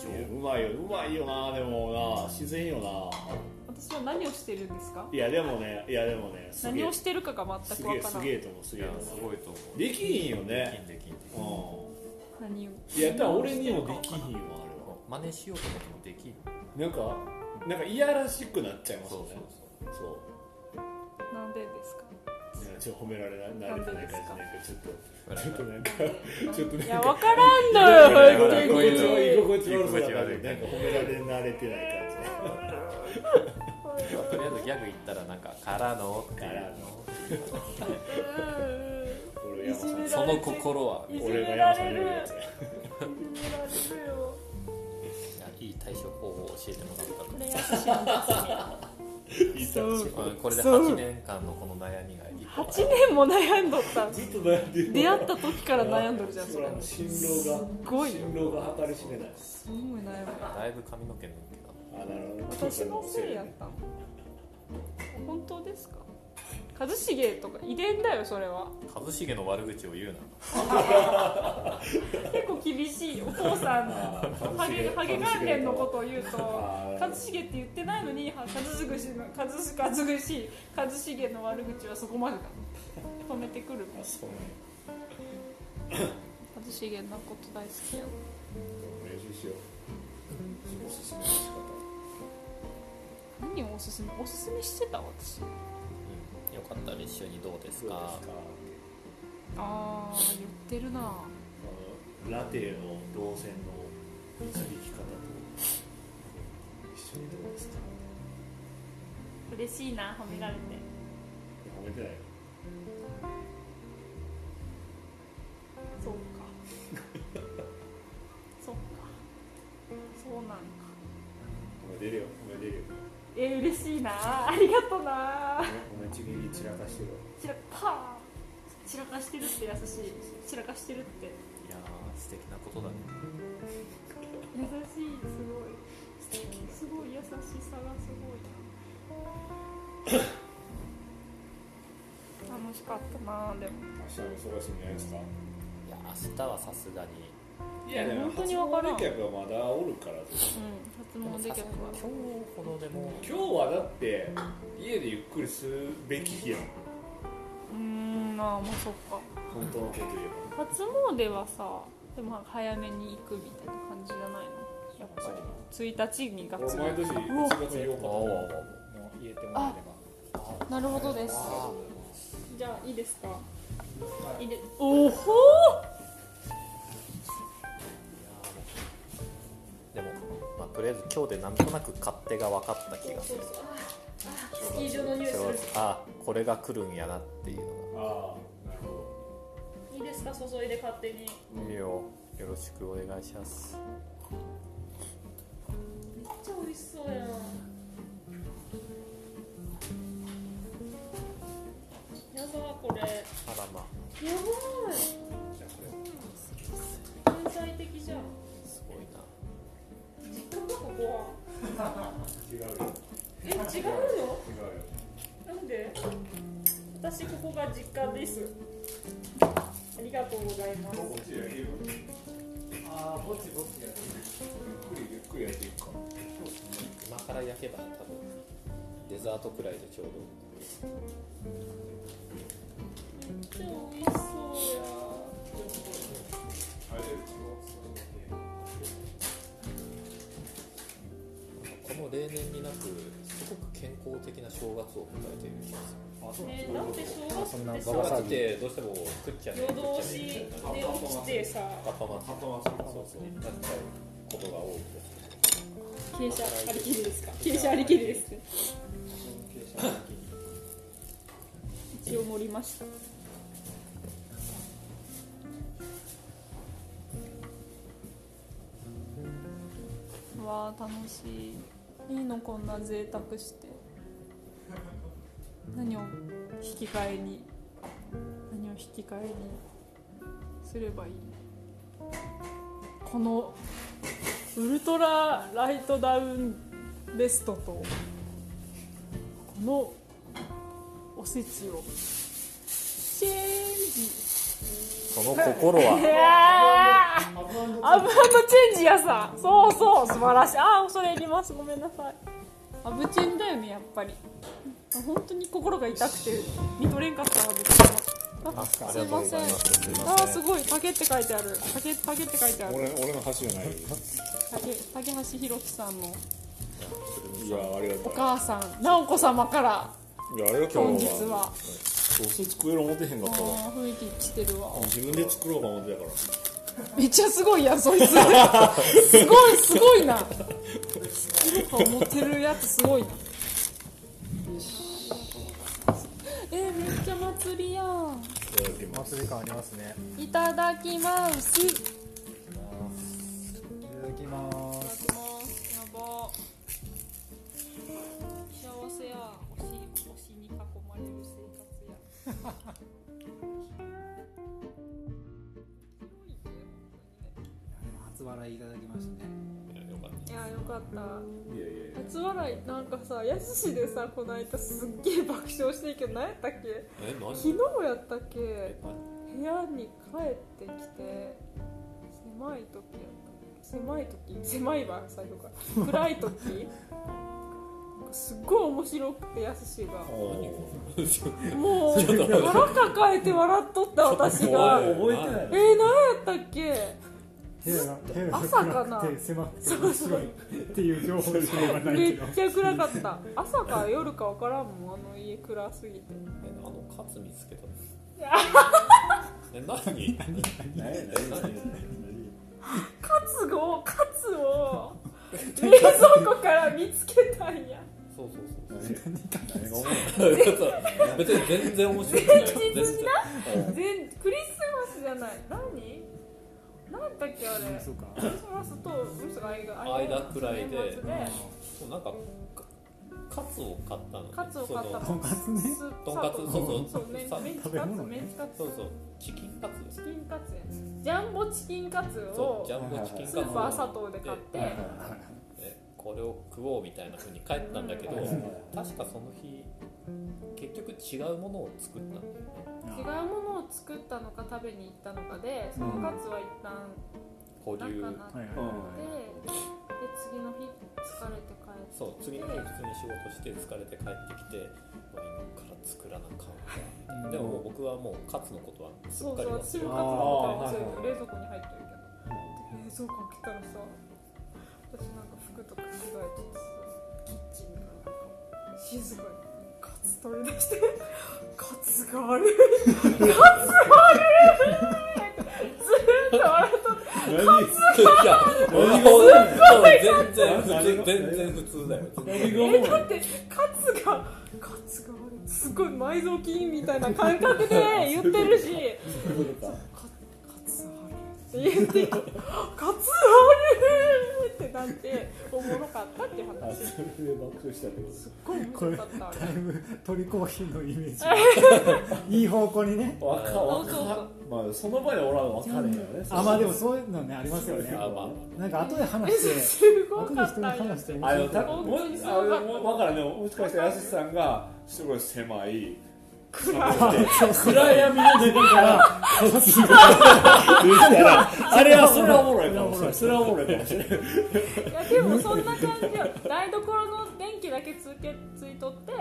いやうまいようまいよなでもな自然よな私私は何をしてるんですかいやでもねいやでもねすげ何えをしてるかが全くすげわえかすらなげいえと思うすげえとやす思ごいと思ううできひんよできねんできんできんう何をんいやだから俺にもできひんわ真似しようと思ってもできんあれはなんかなんかいやらしくなっちゃいますそうよそうねそうそうなんでですかいやちょっと褒められない慣れてない感じないけどちょっとちょっとなんか ちょっとなんいかや分からんのよなん本か当居に心地悪い居こ心地悪そうだ居心地悪ないなんか褒められ慣れてない感じとりあえずギャグ言ったらなんか「からの」っていうから俺い山じさめんられその心はるいじ俺めがら山さんれにる言うやついじめられるよいやいい対処方法を教えてもらったこのれで優しいの言ったんですよこれで8年間のこの悩みが一個8年も悩んどったんずっと悩んでる出会った時から悩んどるじゃんそそれれす新郎がごいよ新郎が計り知れないすごい悩むだいぶ髪の毛抜けたあなるほど私のせいやったの本当ですか一茂とか遺伝だよそれは一茂の悪口を言うな結構厳しいよお父さんあーハゲハゲ関連のことを言うとあー一茂って言ってないのには一茂の一茂一茂一茂の悪口はそこまでだ止めてくるもんあそうね一茂のこと大好きやん練習しようおすすめの仕何をおすすめおすすめしてた私うんよかったら一緒にどうです方どうかですかああ言ってるなあのラテの動線の導き方と一緒にどうですか嬉しいな褒められて褒めてないよそうか そうかそうなんか褒めてるよ褒めてるよえー、嬉しいなありがとうな褒めちぎり散らかしてるわ散らパー散らかしてるって優しい散らかしてるっていやー素敵なことだね優しいすごいすごい優しさがすごいな 楽しかったなでも明日も忙しいんじゃないですかいや明日はさすがにいやでも本当にわからん初詣客はまだおるからですうん初詣さ客すがには今日ほどでも今日はだって家でゆっくりすべき日やんうーんまあまあそっか本当のこと言えば初詣はさでも早めに行くみたいな感じじゃないのやっぱり1日にがっ俺つり毎年1月8日わおわおわもう言えてもらえればなるほどですあじゃあいいですかいいでおほおでも、まあ、とりあえず今日でなんとなく勝手が分かった気がするスキー場の匂いすそるうあこれが来るんやなっていうのあなるほいいですか注いで勝手にがいいよよろしくお願いしますめっちゃ美味しそうやんやばこれやあらばまどじゃあこれい天才的じゃんすごいな実家かここは違うよえ違うよ違うよなんで私ここが実家ですありがとうございますこっちやるよああぼちぼちやるゆっくりゆっくりやっていくか今から焼けば多分デザートくらいでちょうめっちゃ美味しそうやあれどこの例年になくすごく健康的な正月を迎えている気がするあそうねえなんで正月そんなってバカささ正月ってどうしても食っちゃねえ食夜っ通ちゃしねでえみたいな起きてさカッパマスあとはそうそうなっちゃうことが多いです傾斜ありきりですか傾斜ありきりですね一応盛りましたわあ楽しいいいのこんな贅沢して何を引き換えに何を引き換えにすればいいこのウルトラライトダウンベストとこのおせちをチェンその心は ジいやーアブアンドチェンジやさんそうそう素晴らしいああ恐れ入りますごめんなさいアブチェンだよねやっぱり本当に心が痛くて見とれんかったわ僕はあすかありがとうございますすいあまーせすんごい竹って書いてある竹竹って書いてある俺俺の箸じゃない竹竹橋弘樹さんのいやありがおと母さん直子様からういやあれは今本日日ははどうせ作ろう思ってへんかあったわー雰囲気してるわ自分で作ろうと思ってたからめっちゃすごいやん そいつすごいすごいな作るか持ってるやつすごいなえー、めっちゃ祭りやんいただきます祭り感ありますねいただきますいいただきますきますやば幸せや星星に囲まれる生活や初笑いいただきましたねいやよかったいやいやいや初笑いなんかさやすしでさこの間すっげえ爆笑してるけど何やったっけえ何昨日やったっけ何部屋に帰ってきて狭い時やった狭い時狭いわ最初から暗い時なんかすっごい面白くてやすしがもう腹抱えて笑っとった私がえ覚えてないー、何やったっけ部屋が部屋が朝かな暗くて狭くて面白いっていう情報しか言わないめけっどちゃ暗かった朝か夜か分からんもんあの家暗すぎてえあのカツ見つけたの え何何や何や何やカツをカツを冷蔵庫から見つけたん やそうそうそう何がおも そうちょっと別に全然面白くない前日全然全クリスマスじゃない何何だっけあ れそうかクリスマスとクリスマスの間間くらいで年末そうなんかカツを買ったのねカツを買ったのとんかつねスーとんかつそうそうそうメンさメンチ食べカツ物ねメンチカツそのそうそうチキンカツですチキンカツやジャンボチキンカツそうをジャンボチキンカツスーパー佐藤で買っでてえこれを食おうみたいな風に帰ったんだけど確かその日結局違うものを作ったんだよね違うものを作ったのか食べに行ったのかでそのカツは一旦保中に留なってはいはいで次の日疲れて帰ってそう次の日普通に仕事して疲れて帰ってきて今から作らなあかんわみたいなでももう僕はもうカツのことはすそっうかそう私り忘れ てもカツのあーはいはいこと冷蔵庫に入ってるけど冷蔵庫開けたらさ私なんか服とか着替えててさキッチンからなんか静かにカツ取り出してカツがあるずーっと笑っとっていや何が悪いの全然普通全然普通 だよ全然えだってカツがカツがあるすごい埋蔵金みたいな感覚で言ってるしカカツあるって言ってカツあるってなっておもろかったっていう話すっれで爆笑したけどごい面白かったあれだいぶ鳥コーヒーのイメージが いい方向にねわかそわうかそうそうまあその場でおらんのわかれへんよねあまあでもそういうのねありますよねあまあなんか後で話えしてすご後かでっ人にたんや話してあのたも本当にそうあだもわからんでももしかしたらやすしさんがすごい狭い暗い暗闇の出てから言ったらあれはそれはおもろいかもしれないそれはおもろいかもしれないいやでもそんな感じよ台所の電気だけつけついとって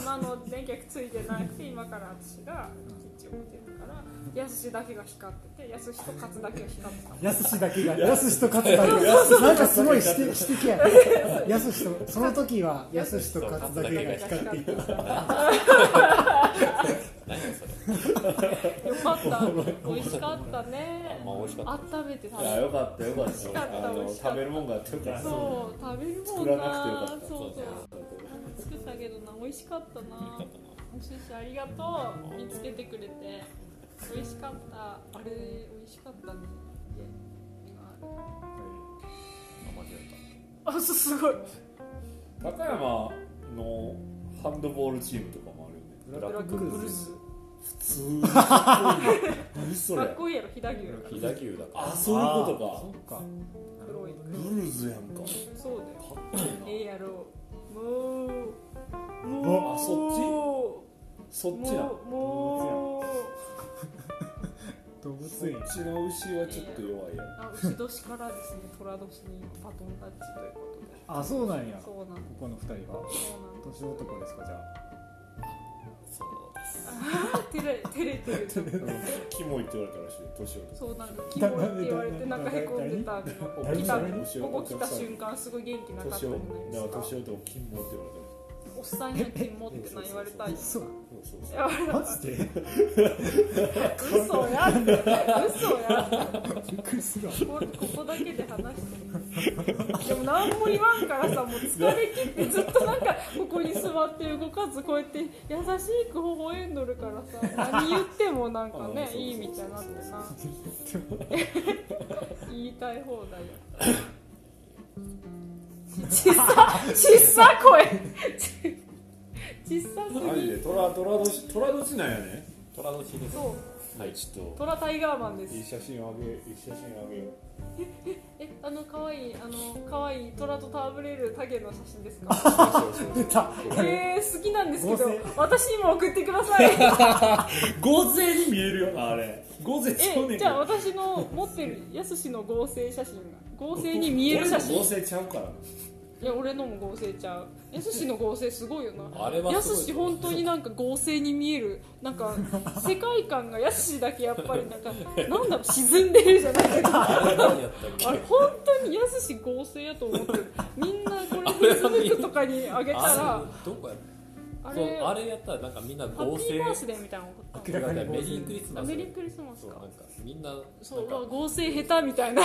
今の電気がついてなくて今から私がキッチンを見てるからやすしだけが光っててやすしとカツだけが光ってたやすしだけがやすしと勝つだけなんかすごい指摘指摘ややすしとその時はやすしと勝つだけが光っていたよ何がそれかった美味しかったねまあ美味しかっ温めて食いやべよかったよかっかったた美味あのしかった食べるもんがあってよかったそう食べるも作んらななくてよかったそうそうなんか作ったけどな美味しかったなお寿司ありがとう見つけてくれて美味しかったあれ美味しかったね家にはあるあ間違えあそうすごい高山のハンドボールチームとかもあるたよねブラックブルース普通にかっこいいな 何そかれっこいいやろ飛騨牛やか飛騨牛だからあそういうそこっから黒いとかブルーズやんかそうだよかっこいいなええやろもうもうあそっそっもちなうもう動物すごいちの牛はちょっと弱いやあ牛年からですね虎年にバトンタッチということであそうなんやこそうなんこの二人はそうなんで年男ですかじゃそうですす照れ照れてるじゃん キモいって言われたらしい年をそうなんかキモいって言われてなんかへこんでたの来た誰にここ来た瞬間すごい元気なかったじ年ゃなをいでだすかから年をとキモいって言われたらおっさんや金持ってな言われたいあそうしいそうそうやばいマジで嘘やん嘘やびっくりするわんこここだけで話 してるでも何も言わんからさもう疲れ切ってずっとなんかここに座って動かずこうやって優しく微笑んどるからさ何言ってもなんかねいいみたいになってな 言いたい放題やちっさちっさ声 ちちっさマすジぎで虎虎年虎年なんやね虎年ですそはいちょっうトラタイガーマンでといいす写真をあげいい写真をあげようえあの可愛いあの可愛いトラと戯れるタゲの写真ですか出たえー、好きなんですけど合成私にも送ってください午前に見えるよなあれ午前えじゃあ私の持ってるやすしの合成写真が合成に見える写真合成ちゃうからいや俺のも合成ちゃうやすしの合成すごいよなあれはやすごいすし本当になんか合成に見えるなんか世界観がやすしだけやっぱりなんかなんだろう沈んでるじゃないけどあれ 何やったっけあれ本当にやすし合成やと思ってるみんなこれフェイスブックとかにあげたらあれどこやああれれあれやったらなんかみんなハッ合ピー成バースデーみたいなの送った明らかに合成メリークリスマあスメリークリスマスそうなかんかみんなそううなわんか合成下手みたいな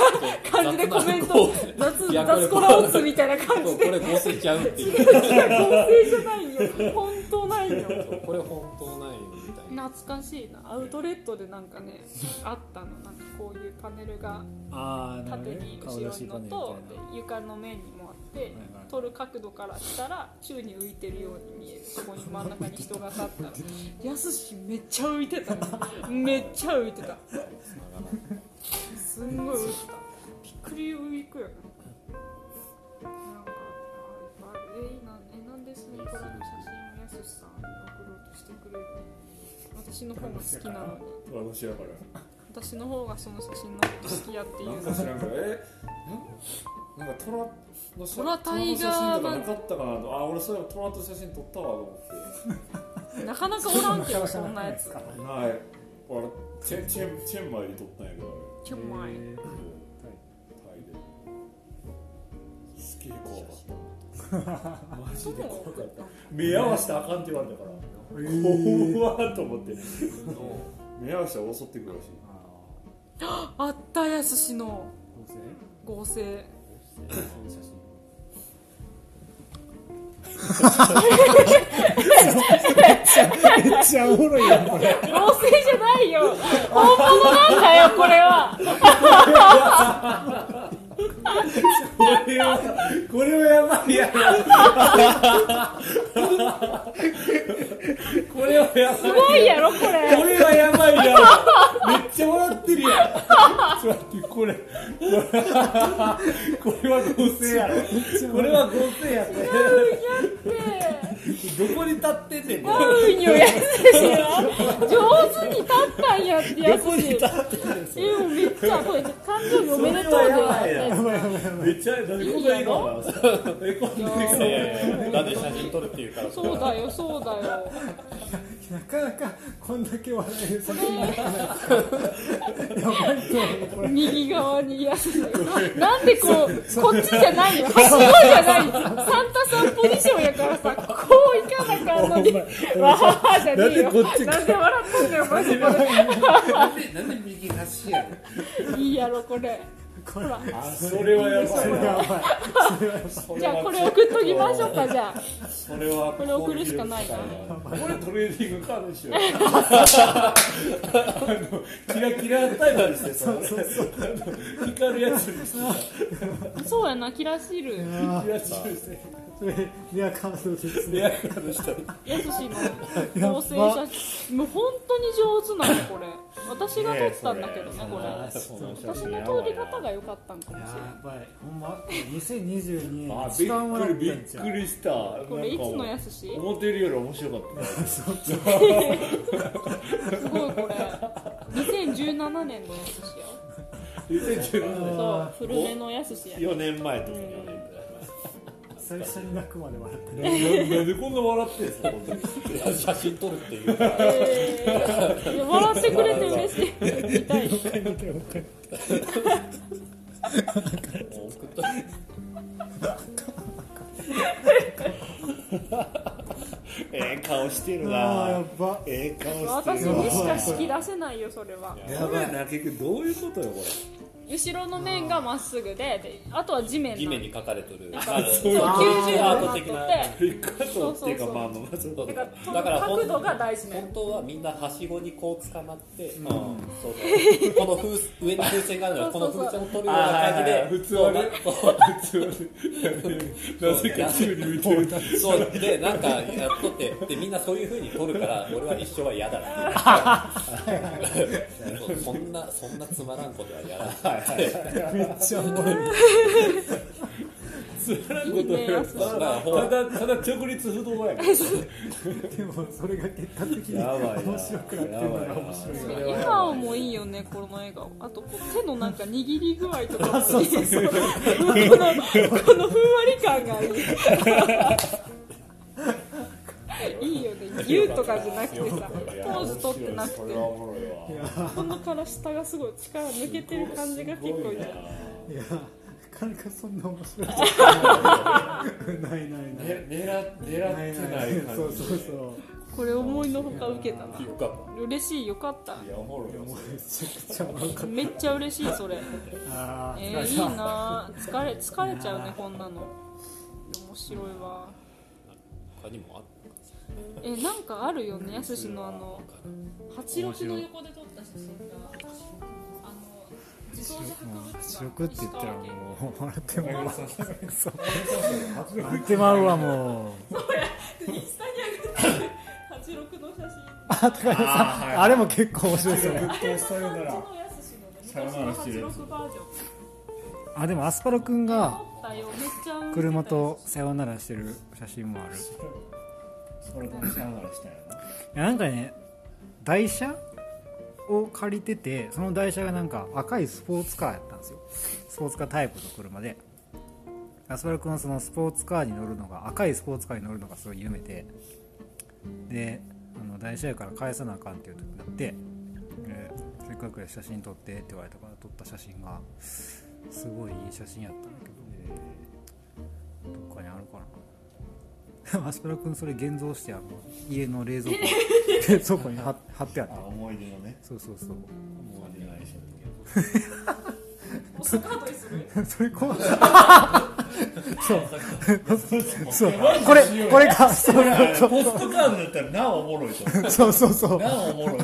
感じで雑なコメン合ト成雑いや雑コラオツみたいなこ感れじこでれ合成ちゃうっていう違う合成じゃないよ本当ないよそうこれ本当ないみたいな懐かしいなアウトレットでなんかねあったのなんかこういうパネルがああなるほ縦どねに後顔ろ出しにパのネルみたいとで床の面にもあって、はい撮る角度からしたら宙に浮いてるように見えるそこに真ん中に人が立ったら やすしめっちゃ浮いてたの めっちゃ浮いてたすんごい浮いてたびっくり浮くよねなんかあれえいいなえなんでその虎の写真をやすしさんに送ろうとしてくれるの私の方が好きなのに虎年やから私の方がその写真のこと好きやっていうなんのか知らんけど、え、なんなんか虎の写トラタイガーマン虎の写真とかなかったかなと、あ、俺そういえば虎と写真撮ったわと思っなかなかおらんけどそんなやつ て。ない、俺チェンチェンチェンマイで撮ったんやけど、キュンマイあれタイで。すげえ怖かった。マジで怖かった。目合わせたらあかんって言われたから、怖っと思って。目合わせたら襲ってくるらしい。あったやすしの合成合成めっちゃおもろいやんこれ合成じゃないよ本物なんだよこれはこれは、これはやばいやな。これはやばい。すごいやろここれれはやばいな。めっちゃ笑ってるやん。ちょっと待って、これ。これは合成やろ。これは合成やって。どこに立ってんねん。ダウンよやすしよ上手に立ったんやってやすしえもうめっちゃこれ誕生日おめでとうでめっちゃ、なんでこんな笑顔なのえ、こんな笑 顔やなんで写真撮るっ ていうからそうだよそうだよなかなかこんだけ笑える作品でやばいと思うこれ 右側にやすしなんでこうこっちじゃないよ はしごじゃないサンタさんポジションやからさこういかなかん のにわははじゃねえよなんで笑ってんだよマジでなんで右端やねんいいやろこれほらそれはやばいな。やばいじゃあこれ送っときましょうかじゃあそれはこれ送るしかないなこれトレーディングカードにしようあのキラキラタイマーにしてさ光るやつにしてさそうやなキラシールあキラキラにしてーそれレアカードですねレアカードしたらやすしの合成写真もう本当に上手なのこれ私が撮ったんだけどねこれ私の撮り方が良かったんかもしれないやばいほんま2022あ年一びっ番く笑りっびたんちっゃくりしたなんかこれいつのやすし思ってるより面白かったすごいこれ2018 2017年のやすしよ2014そう古めのやすしや年前とか4年最初に泣くまで笑ったぐらい前なんでこんな笑ってんすか本当に写真撮るっていうかえーいや笑ってくれて嬉しい見たいもう送っといてええ顔してるあーやなっばええ顔して私るわにしか引き出せないよそれはやばいな結局どういうことよこ後ろの面がまっすぐでであとは地面地な面のに書かれとるだあからのそう90度アアーートト的的ななれリカトっていうかそうそうそうまあまあまあそうそうだかそらうだから角度が大事ね本当はみんなはしごにこう捕まって、うんそうそうこの風上に風船があるからこそのうそう風そう船を取るようなあーは感じいはいではい普通そうはねそうなぜか宙に浮いてるそうでなんかやっとってでみんなそういう風に取るから俺は一生は嫌だなっていうそんなそんなつまらんことは嫌だめっちゃおもろいつまらんこといいねやすしただただただ直立不動やからでもそれが結果的にやばいな面白くなってるのが面白いやばいな今もいいよねこの笑顔あとこう手のなんか握り具合とかもいい そうこのこのふんわり感がいいいいよねギューとかじゃなくてさポーズ取ってなくてこれはおもろいわこのから下がすごい力抜けてる感じが結構いいすごねいやなかなかそんな面白い ないないない、ね狙ない狙ってなないい感じそうそうそうこれ思いのほか受けたなよかっ嬉しいよかったたいやおもろいわもうめちゃくちゃおもろかっめっちゃ嬉しいそれたあーえ疲ー、れいいたな疲れ疲れちゃうねこんなの面白いわ他にもあっえなんかあるよねやすしのあの八六の横で撮った写真があの自動車八博六物って言ったら石川県もう笑ってもらうそう笑ってまうわもうインスタに上がってる八六の写真あ高橋さんあれも結構面白いですよねあれが感じのやすしのね昔の八六バージョンあでもアスパラくんが撮ったよめっちゃ車とさよならしてる写真もあるそれともしながらしたんやいやなんかね台車を借りててその台車がなんか赤いスポーツカーやったんですよスポーツカータイプの車でアスパラ君はそのスポーツカーに乗るのが赤いスポーツカーに乗るのがすごい夢でであの台車やから返さなあかんっていう時になってでせっかくやし写真撮ってって言われたから撮った写真がすごいいい写真やったんだけどどっかにあるかなで もアスパラ君それ現像してあの家の冷蔵庫 冷蔵庫に貼貼ってあってあ思い出のねそうそうそう思い出の愛車だけどおスカートにするそれ怖いそうそうこれこれかそうそうポストカードだったらなおおもろいと思うそうそうそうなおおもろいよね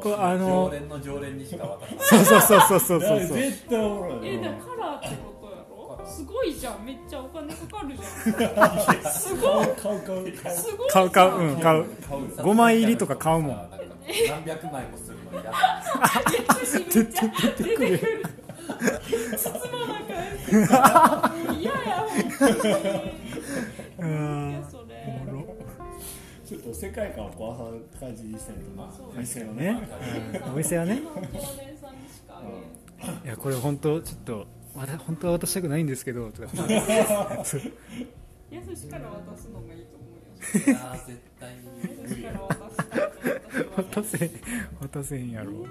これあ常の連の常連にしか渡さないそうそうそうそうそうそうそう絶対おもろいえよでもねカラーってことやろすごいじゃんめっちゃお金かかるじゃんすごい買う買う買うすごいじゃ買う買ううん買う5枚入りとか買うもんなんか何百枚もするのにだ出てくる出てくる包まなくなる嫌やほんうとにいんやそれちょっと世界観を壊さ感じにしたいとまそうあ店をねねお店はね今の常連さんにしかあげんいやこれ本当ちょっとわた本当は渡したくないんですけどとかってやすしから渡すのがいいと思うよいや絶対にやすしから渡すから渡せん渡せんやろむ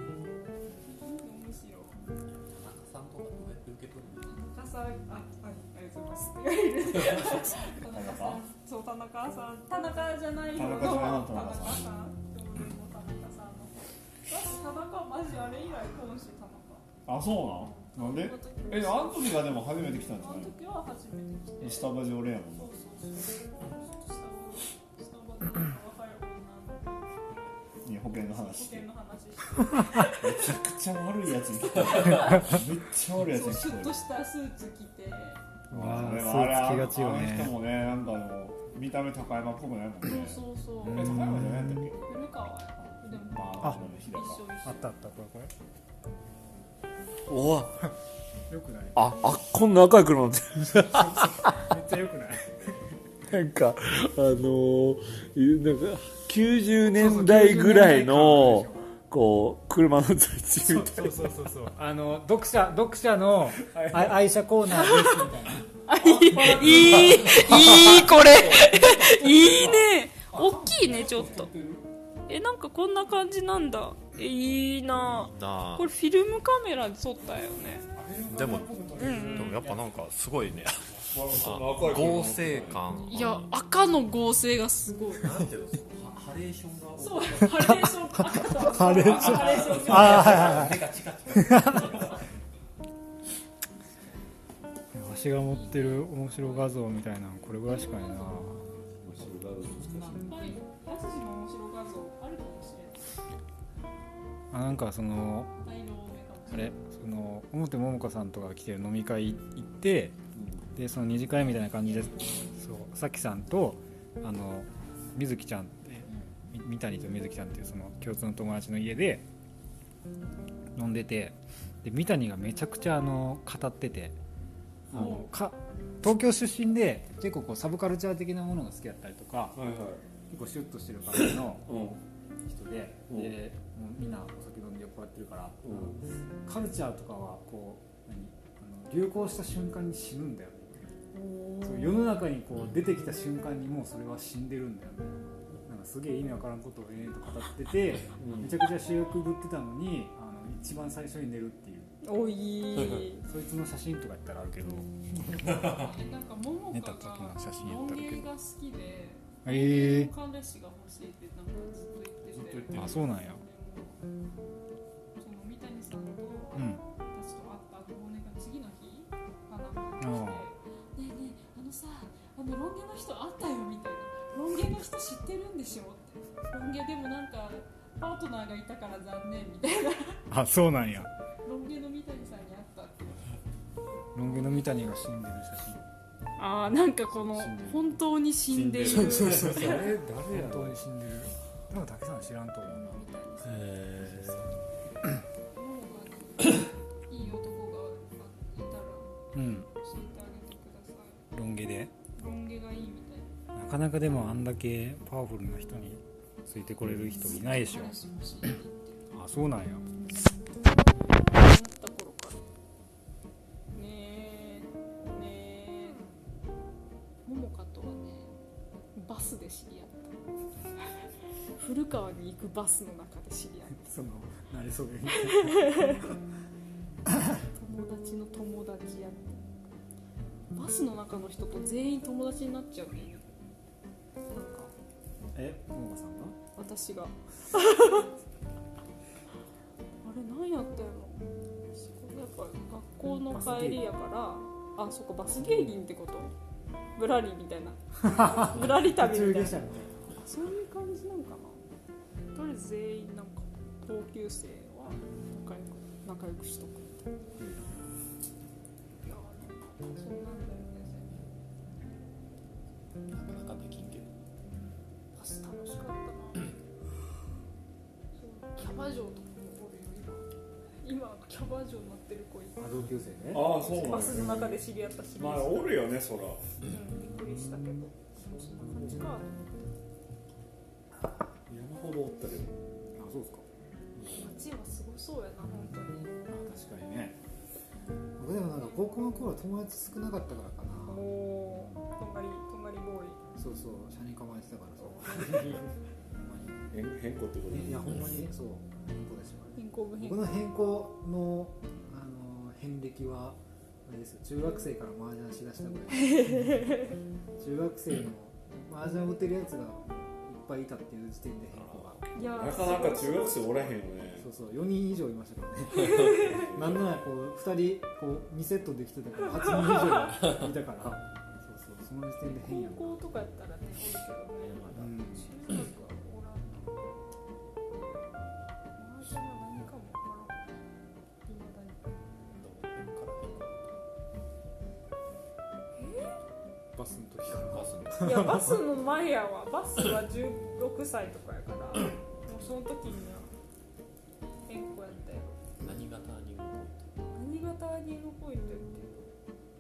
しろ田中さんとかどうやって受け取るの高さあはいありがとうございますって言われる田中さんそう田中さん田中じゃない方の田田中さんの田中中さんさん同僚の田中さんの私田中マジあれ以来今週田中あそうなんなんでえあの時がでも初めて来たんじゃあのな時は初めて来ていスタバ常連やもんそなうそうそうスタバスタバの若い女のいや保険の保話して険の話してめちゃくちゃ悪いやつに聞こえるそめっちゃ悪いやつうにシュッ聞ことしたスーツ着てわあえるスあれあーツ着がちよあの人ねもねなんかあの見た目高山っぽくないもんねそうそうそうえ高山じゃないんだっけ古川やでもまああの日一高緒あ一緒ったあったこれこれお よくないああこんな赤い車乗ってめっちゃよくないるなんかあのー、なんか90年代ぐらいのこう車の在地みたいそうそうそうそうあの読者読者のあ愛車コーナーです みたいないいいいこれいいね大きいねちょっとえなんかこんな感じなんだえいいななあこれフィルムカメラで撮ったよねでもうんでもやっぱなんかすごいねあ赤い車合成感いや赤の合成がすごいなんていうのそのハハレーションが多いそうハレーションハレーションハレーションあーはいはいはい目がチカチカわしが持ってる面白画像みたいなのこれぐらいしかないなやっぱりやつじの面白画像あるかもしれあなんかそのない内容多めかもしあれなれいその表桃子さんとか来てる飲み会行ってでその二次会みたいな感じでそうさきさんとあの水木ちゃんってみ三谷と水木ちゃんっていうその共通の友達の家で飲んでてで三谷がめちゃくちゃあの語っててあのか東京出身で結構こうサブカルチャー的なものが好きだったりとかはいはい結構シュッとしてる感じのうん人でうんでもうみんなお酒飲んで酔っ払ってるから。うんカルチャーとかはこう何あの流行した瞬間に死ぬんだよねそう世の中にこう出てきた瞬間にもうそれは死んでるんだよねなんかすげえ意味わからんことを延々と語っててめちゃくちゃ主役ぶってたのにあの一番最初に寝るっていうおいそいつの写真とかやったらあるけど なんか桃寝香た時がの写真やっ文たらあるけ芸どが好きでえ彼氏が欲しいってなんかずっと言っててえー、あそうなんやでもその三谷さんとうん私と会った後骨が次の日かなんか来てああ「ねえねえあのさあのロン毛の人会ったよ」みたいな「ロン毛の人知ってるんでしょ」って「ロン毛でもなんかパートナーがいたから残念」みたいなあそうなんや「ロン毛の三谷さんに会った」ってロン毛の三谷が死んでる写真ああなんかこの死んでる本当に死んでるそうそうあれ誰や本当に死んでるでも竹さん知らんと思うないい男がいたらうん教えてあげてくださいロン毛でロン毛がいいみたいななかなかでもあんだけパワフルな人についてこれる人いないでしょ彼氏欲しいって言ってあそうなんやなった頃からねえねえ桃香とはねバスで 知り合った古川に行くバスの中で知り合っそのなりそうた友達の友達やったバスの中の人と全員友達になっちゃうねなんかえ桃子さんが私が あれ何やったんやろそこやっぱ学校の帰りやからあそこバス芸人ってことぶらりみたいな ぶらり旅みたいなそういう感じなんかなとりあえず全員なんか同級生は仲良く仲良くしとくみたいないやなんかそんなんだよねなかなかできんけどパス楽しかったなそうキャバ嬢とかもおるよ今今キャバ嬢になってる子いて同級生ねああそうなんバやスの中で知り合ったし、まあおるよねそらうんびっくりしたけどそんな感じか山ほどおったけどあそうですか街はすごそうやな本当に確かにね僕でもなんか高校の頃は友達少なかったからかおなお隣隣ボーイそうそう車に構えてたからそう 変変更ってこいやほとんまにそう変更でしょ変更部変僕の更変更のあの遍歴はあれですよ中学生から麻雀しだしたぐらい 中学生の麻雀打てるやつがいっぱいいたっていう時点で変更がいやなかなか中学生おらへんよねそうそう4人以上いました からねなんならこう2人こう2セットできてたから8人以上いたからそうそうその時点で変やな高校とかやったらねおるけどうんね中学はおらんな麻雀は何かもわからん未だにバスの時からバスにいやバスの前やわバスは16歳とかやからもうその時には変更やったよ何がターニングポイン何がターニングポイントやって6年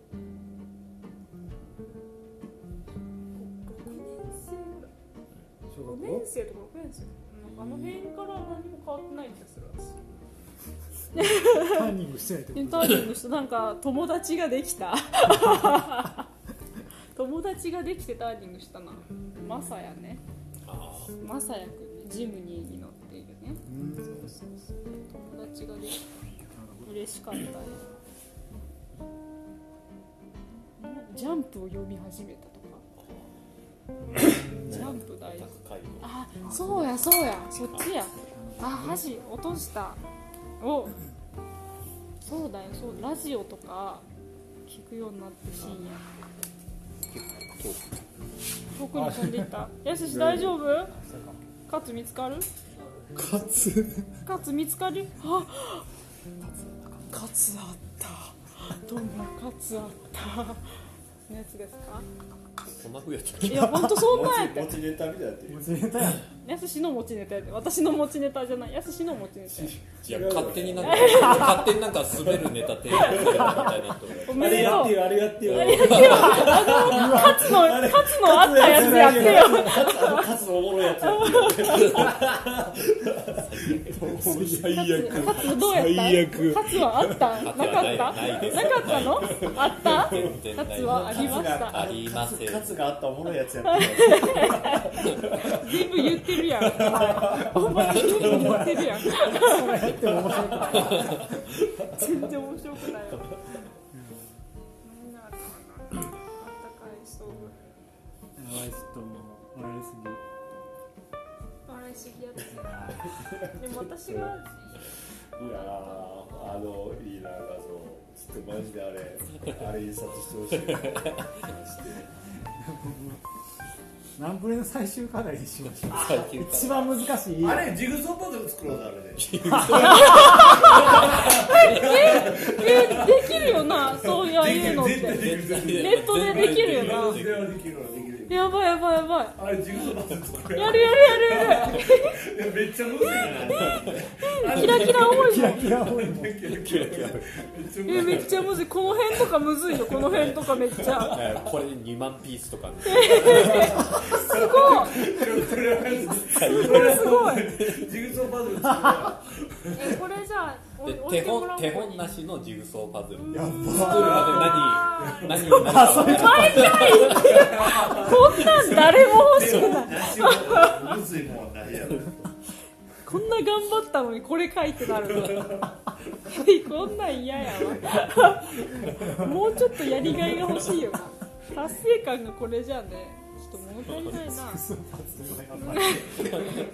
生ぐらい小5学年校生とか6年生のあの辺から何も変わってない気がする私ターニングしてないってインこターニングしたなんか友達ができた 友達ができてターニングしたなマサヤねマサヤくんねジムニーに乗っているね友達ができた嬉しかったねジャンプを読み始めたとかジャンプ大好き高いのあそうやそうやそっちやあ箸落としたおそうだよそうラジオとか聞くようになって深夜遠くに飛んでいったやすし大丈夫カツ見つかるとカツカツ見つか るあカツあったどうもカツあったのやつですかそんなふうやったっいやほんとそんなんやって持ちネタみたいになってるやすしの持ちネタやで私の持ちネタじゃないやすしの持ちネタやけいや勝手になんか勝手になんか滑るネタ提案されたみたいになっておあめれでやとっうてよあれやってよカツの、カツのあったやつやってよ。あのカツのおもろいやつや最悪。カツどうやった最悪。カツはあったなかったなかないですったのあった全然ないカツはありました。ありませんカツがあったおもろいやつやって全部言ってるやん。お前全部言ってるやん。全然面白くないわ。みんなあったかなあったかいストーブ。ばいちょっともう笑いす笑いすぎやったでも私がいやーあのいいな画像ちょっとマジであれあれ印刷してほしいなナンプレの最終課題にしましょ最近う一番難しいあれジグソーパズル作ろうぜあれでできるよな、そうやいうのっ絶て。対できる絶対できるネットでできるよな。それはできるわできるやばいやばいやばい。あれジグソーパズル作れやるやるやるやる。いやめっちゃむずいなキラキラ多いもん。キラ多いもんえめっちゃむずい。この辺とかむずいよ。この辺とかめっちゃ。えーこれ2万ピースとかねすごい。それはこれすごい。ジグソーパズル作えこれじゃあおで置い手てもらお本う手本なしのジグソーパズル作るやまで何何になるか分からないこんなん誰も欲しくない。ろうむずいもんないやろこんな頑張ったのにこれ書いてなるの。 はいこんなん嫌やわ。もうちょっとやりがいが欲しいよな。達成感がこれじゃね。ちょっと物足りないな。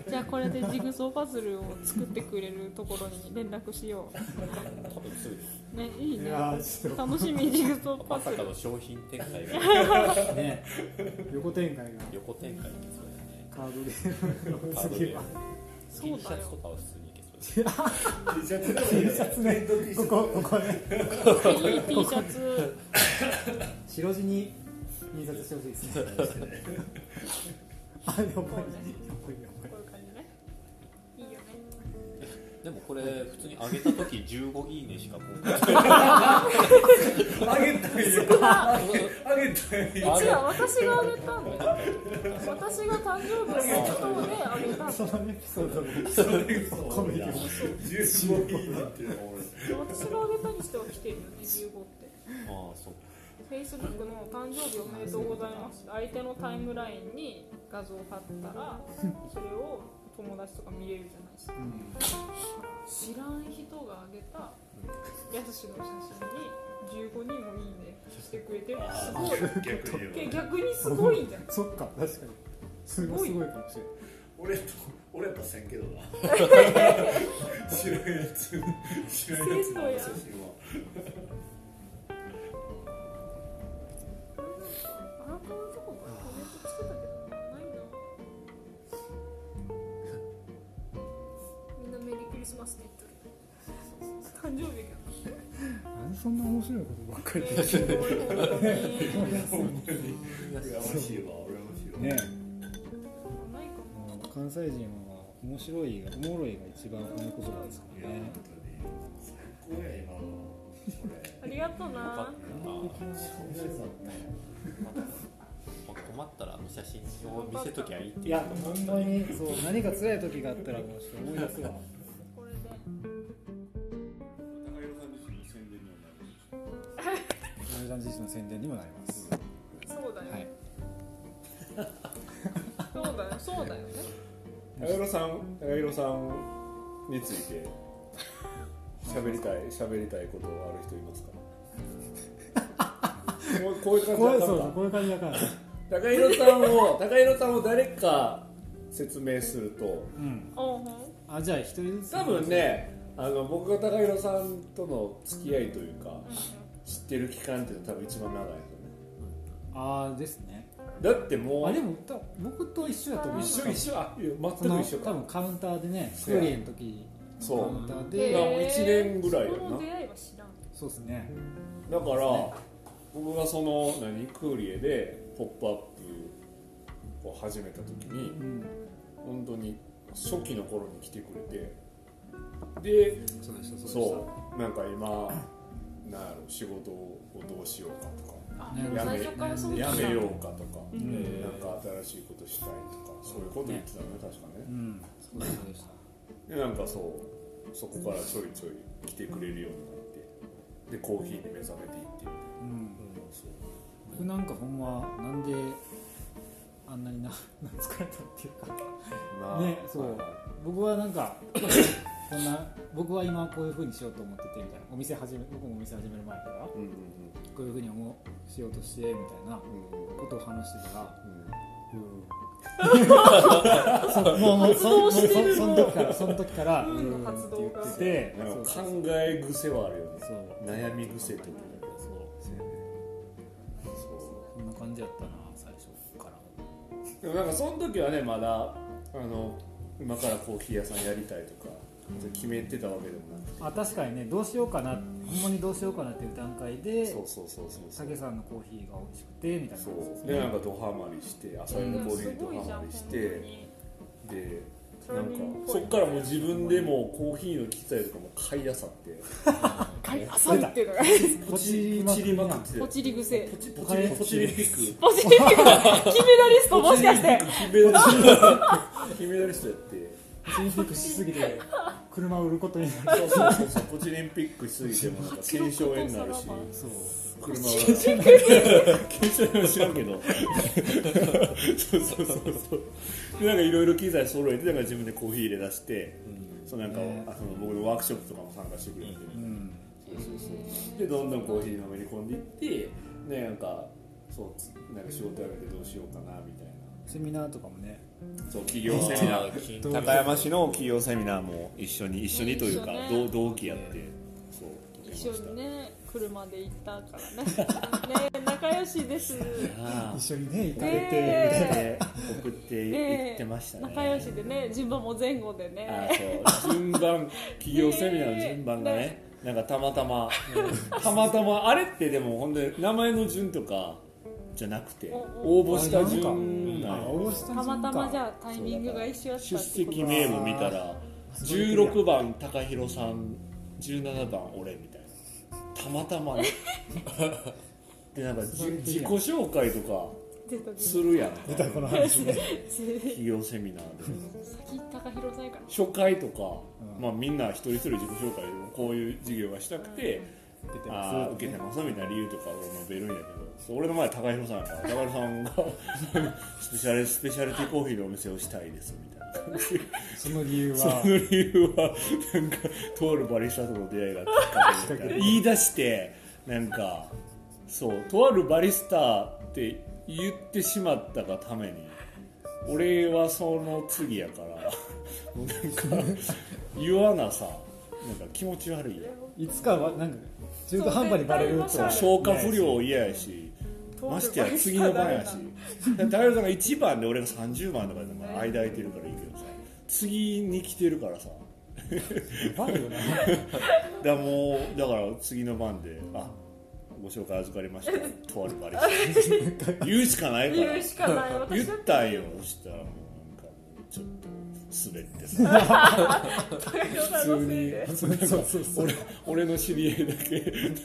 じゃあこれでジグソーパズルを作ってくれるところに連絡しよ多分すぐですう。ねばいいいいね。やーちょっ楽しみジグソーパまズさルか。の商品展開がとね横展開が横展開いけそうだよねカードでカードで T そうシだャツよ。とかは普通にいけそうですここここねいい T シャツ。白地に印刷してほしいですね あやばいやばいやばいこういう感じね。いいよね。でもこれ普通に上げた時15いいねしか今回あげたいよあげたいよ違う、私があげたんだよ。私が誕生日のことであげたんだよ。そのエピソードもそれ嘘コメディも十五いいなっていうのが俺私があげたにしては来てるよね、15って。ああそう Facebook の誕生日おめでとうございます。相手のタイムラインに画像を貼ったら、それを友達とか見れるじゃないですか。知らん人があげたやすしの写真に15人もいいねしてくれてる。すごい。逆に言えば逆にすごいんじゃ ん。そっか確かにすごいすごいかもしれない俺と俺やっぱせんけどな白いやつ白いやつの写真はあなたのとこコメントつけたけどないな。みんなメリークリスマスって言っとる誕生日が。なんでそんな面白いことばっかりすごい本当にほんまに羨ましいわ羨ましいわねないかも。関西人は面白いおもろいが一番褒め言葉ですからいやね本当に最高や今のありがとうよかなっ。たなこれそんなやつあったまあ困ったらあの写真を見せときゃいいっていいうや本当にそう何か辛い時があったらもうちょっと思い出すわこれで高弘さん自身の宣伝にもなるでしょ森さん自身の宣伝にもなりますそうだよ、はいそうだよそうだよね高弘さん高弘さんについて喋りたい喋りたいことある人いますか こうこういう感じこういだっうたそんうだそうこういう感じだから高弘さんを高弘さんを誰か説明するとうんうんあじゃあ一人ずつ多分ねあの僕が高弘さんとの付き合いというか知ってる期間っていうのは多分一番長いですよねああですねだってもあうでも多分僕と一緒やと思う一緒一緒あいやそ全のく一緒多か分カウンターでねそクうやリエの時そのうカウンターへでーもう一年ぐらいやなその出会いは知らんそうですねだから僕がその何クーリエで「ポップアップを始めた時にうん本当に初期の頃に来てくれてでそうでしたそうなんか今なんやろ仕事をどうしようかとかあねもう最初からそうやめよううかとか、んなんか新しいことしたいとかそういうこと言ってたね確かねうんでなんかそうそこからちょいちょい来てくれるようになってでコーヒーに目覚めていってみたいなうんそう僕なんかほんまなんであんなにな 疲れたっていうかまあねそうはいはい僕はなんかこんな僕は今こういうふうにしようと思っててみたいなお店始め僕もお店始める前からうんうんこういうふうに思うしようとしてみたいなうんうんことを話してたらうんそうもうもうそもうそ活動してるその時からその時からうっんの活て言動っがててなんそうかそう考え癖はあるよねそう悩み癖というかそうそこんな感じやったな最初からうでもなんかその時はねまだあの今からコーヒー屋さんやりたいとか決めてたわけでもなくてあ確かにねどうしようかなほんまにどうしようかなっていう段階でそうそうそうそう酒さんのコーヒーが美味しくてみたいなそ感じですうねでなんかドハマりして朝のコーヒーにドハマりしてでなんかそっからもう自分でもうコーヒーの機材とかも買いあさって買いあさるっていうのがポチポチりまくってポチり癖ポチポチポチリンピックポジティブ金メダリストもしか して金メダリスト金メダリストやって全然ピックしすぎて車を売ることになるそうそうそうそうポチリンピックしすぎてもなんか腱鞘炎になるしそう車は腱鞘 炎は知らんけどそうそうそうそうでなんかいろいろ機材揃えてなんか自分でコーヒー入れ出して、そうなんか、ねあその僕のワークショップとかも参加してくれて、うんそうそうそうでどんどんコーヒーのめり込んでいってねなんかそうつなんか仕事辞めてどうしようかなみたいなセミナーとかもねそう企業セミナー高山市の企業セミナーも一緒に一緒にというか、一緒同ね同期やって、そう受けま一緒したにね車で行ったからね ね仲良しですああ一緒にね行かれねてえ送ってねいえってましたね。仲良しでね順番も前後であねあそう順番企業セミナーの順番が ね、なんかたまたまたまたまあれってでも本当に名前の順とかじゃなくて応募した順なあんよ大下さたんかまたまじゃあタイミングが一緒やったって出こと席名簿見たら16番高弘さん17番俺みたいなたまたま ねでなんかじ自己紹介とか出たす出るやんかこの話ねた企業セミナーで。先高弘さんやから初回とか、うんまあ、みんな一人一人自己紹介をこういう授業がしたくて、出てあまーす受けてますみたいな理由とかを述べるんやけどそう俺の前は高弘さんやから高弘さんが スペシャルスペシャルティコーヒーのお店をしたいですみたいな感じでその理由そのは理由はなんかとあるバリスタとの出会いがきっかけみたいな 言い出してなんかそうとあるバリスタって言ってしまったがために俺はその次やからもうなんか言わなさなんか気持ち悪いやんいつかはなんか中途半端にバレるとそう消化不良嫌やしましてや次の番やしだから大さんが1番で俺が30番とかでも間空いてるからいいけどさ次に来てるからさバレるよなだからもうだから次の番で「あご紹介預かりました」とあるバリスタ言うしかないか言らうしかない言私だったんよそしたらもうなんかもうちょっと滑ってさ普通に普通になんか俺俺の知り合いだ け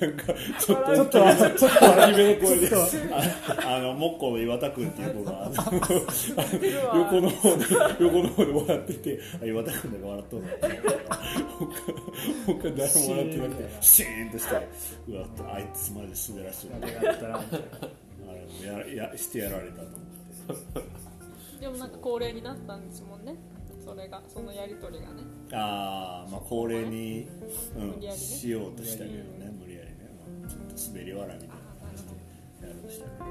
なんかちょっとちょっとちょっとアニメ声でああのモッコの岩田君っていう子があの横の方で横の方で笑っててあ岩田君だけ笑っとるなって他他誰も笑ってなくてシーンとしてうわあいつまで滑らしてるやったらあれもやらやしてやられたと思ってでもなんか恒例になったんですもんねそれがそのやり取りがねああまあ恒例に、う無理やん、りねしようとしたけどね無理やりね、まあ、ちょっと滑り笑いみたいな感じでやるとしたけど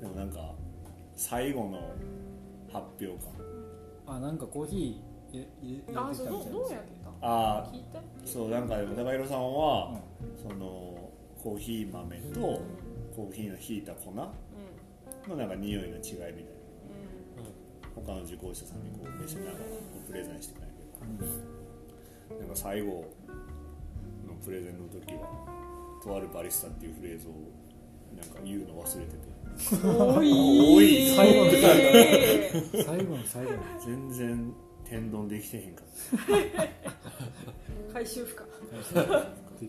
でもなんか最後の発表感あなんかコーヒー入れ入れ入あれてそきうたみどたいうどうなやってたああ聞いたそうなんかでも高弘さんは、そのコーヒー豆とコーヒーのひいた粉のうなんか匂いの違いみたいなうんん他の受講者さんにこう召しながらこうプレゼンしてくれるけど、なんか最後のプレゼンの時は「とあるバリスタ」っていうフレーズをなんか言うの忘れてて多い多い最後のえー最後の最後の全然天丼できてへんかった 回収不可できてなかったってい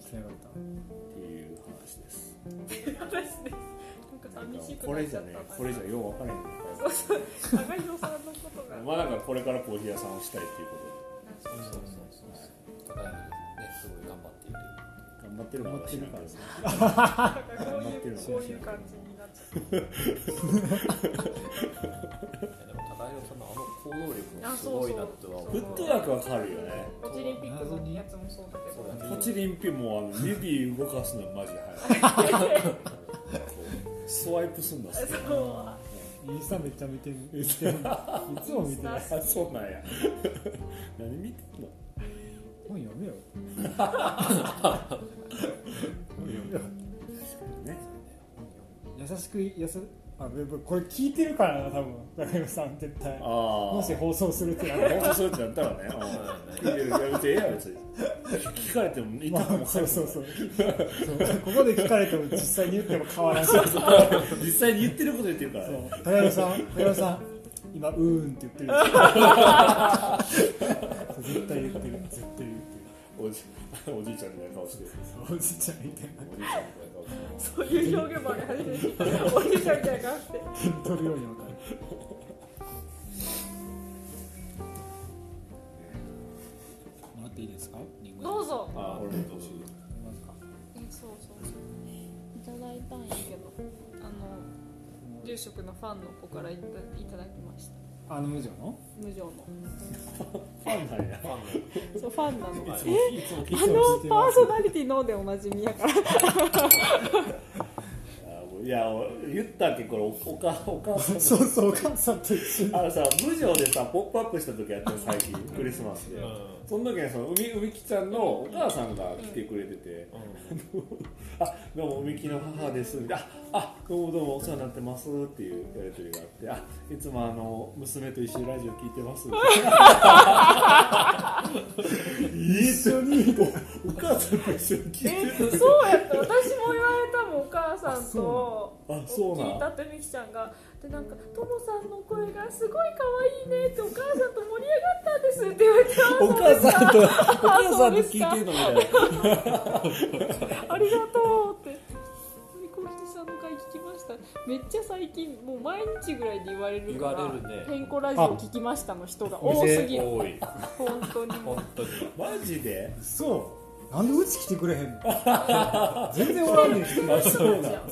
う話です私ですなんか寂しくこなれっじちゃゃっねたこれじゃよう分からへん高弘さんのことがまあだからこれからコーヒー屋さんをしたいっていうこそうそうそうそう高山ねすごい頑張っとているで頑張ってるのかは知らんけこどういうこういう感じになっちゃったいやでも高山さんのあの行動力もすごいなとは思うフットワークは軽いよねソチオリンピックのやつもそうだけどポチリンピもあの指動かすのマジで早いこうスワイプすんだっすねそうインスタめっちゃ見てるいつも見てるあそうなんや何見てんの本読めよね優しく優しあでもこれ聞いてるからな多分高山さん絶対ああもし放送するってなる放送するってなったら ねうん聞いてるやめてええやん別に聞かれても痛まくもあ、かそうそゆくもうそうそうここで聞かれても実際に言っても変わらんしそう実際に言ってること言ってるからね高山さん高山さん今うーんって言ってるそう絶対言ってる絶対言っおじおじいちゃんみたいな顔してるてるおじいちゃんみたいおじいちゃんみたいな顔してるそういう表現もあり始めておじいちゃんみたいな感じでな取るように分かるもらっていいですかリンゴどうぞああ俺も欲しいえそうそうそういただいたんやけどあの住職のファンの子からいたいただきましたあの無常の無常のファンなんやそうファンなのいつも聞いあてますのパーソナリティのでおなじみやからあもういや俺言ったっけこれおおかお母さんのそうそうお母さんと一緒にあのさ無常でさ「ポップアップした時やったの最近クリスマスで、その時にその海海きちゃんのお母さんが来てくれてて「 あどうも海きの母です」みたいな「ああどうもどうもお世話になってます」っていうやり取りがあって「あいつもあの娘と一緒にラジオ聞いてます」一緒におお母さんと一緒に聞いてえるそうやった私も言われたもんお母さんとあそうなん聞いたってみきちゃんがでなんか「ともさんの声がすごい可愛いね」って「お母さんと盛り上がったんです」って言われてお母さんとお母さんとそうです聞いかてるのみたいな「ありがとう」って「みこひさんの回聞きました」めっちゃ最近もう毎日ぐらいで言われるから言われるね「ペンコラジオ聞きました」の人が多すぎる多い本当にもう本当にマジでそうなんでうち来てくれへんの全然おらんねんあそうなんあ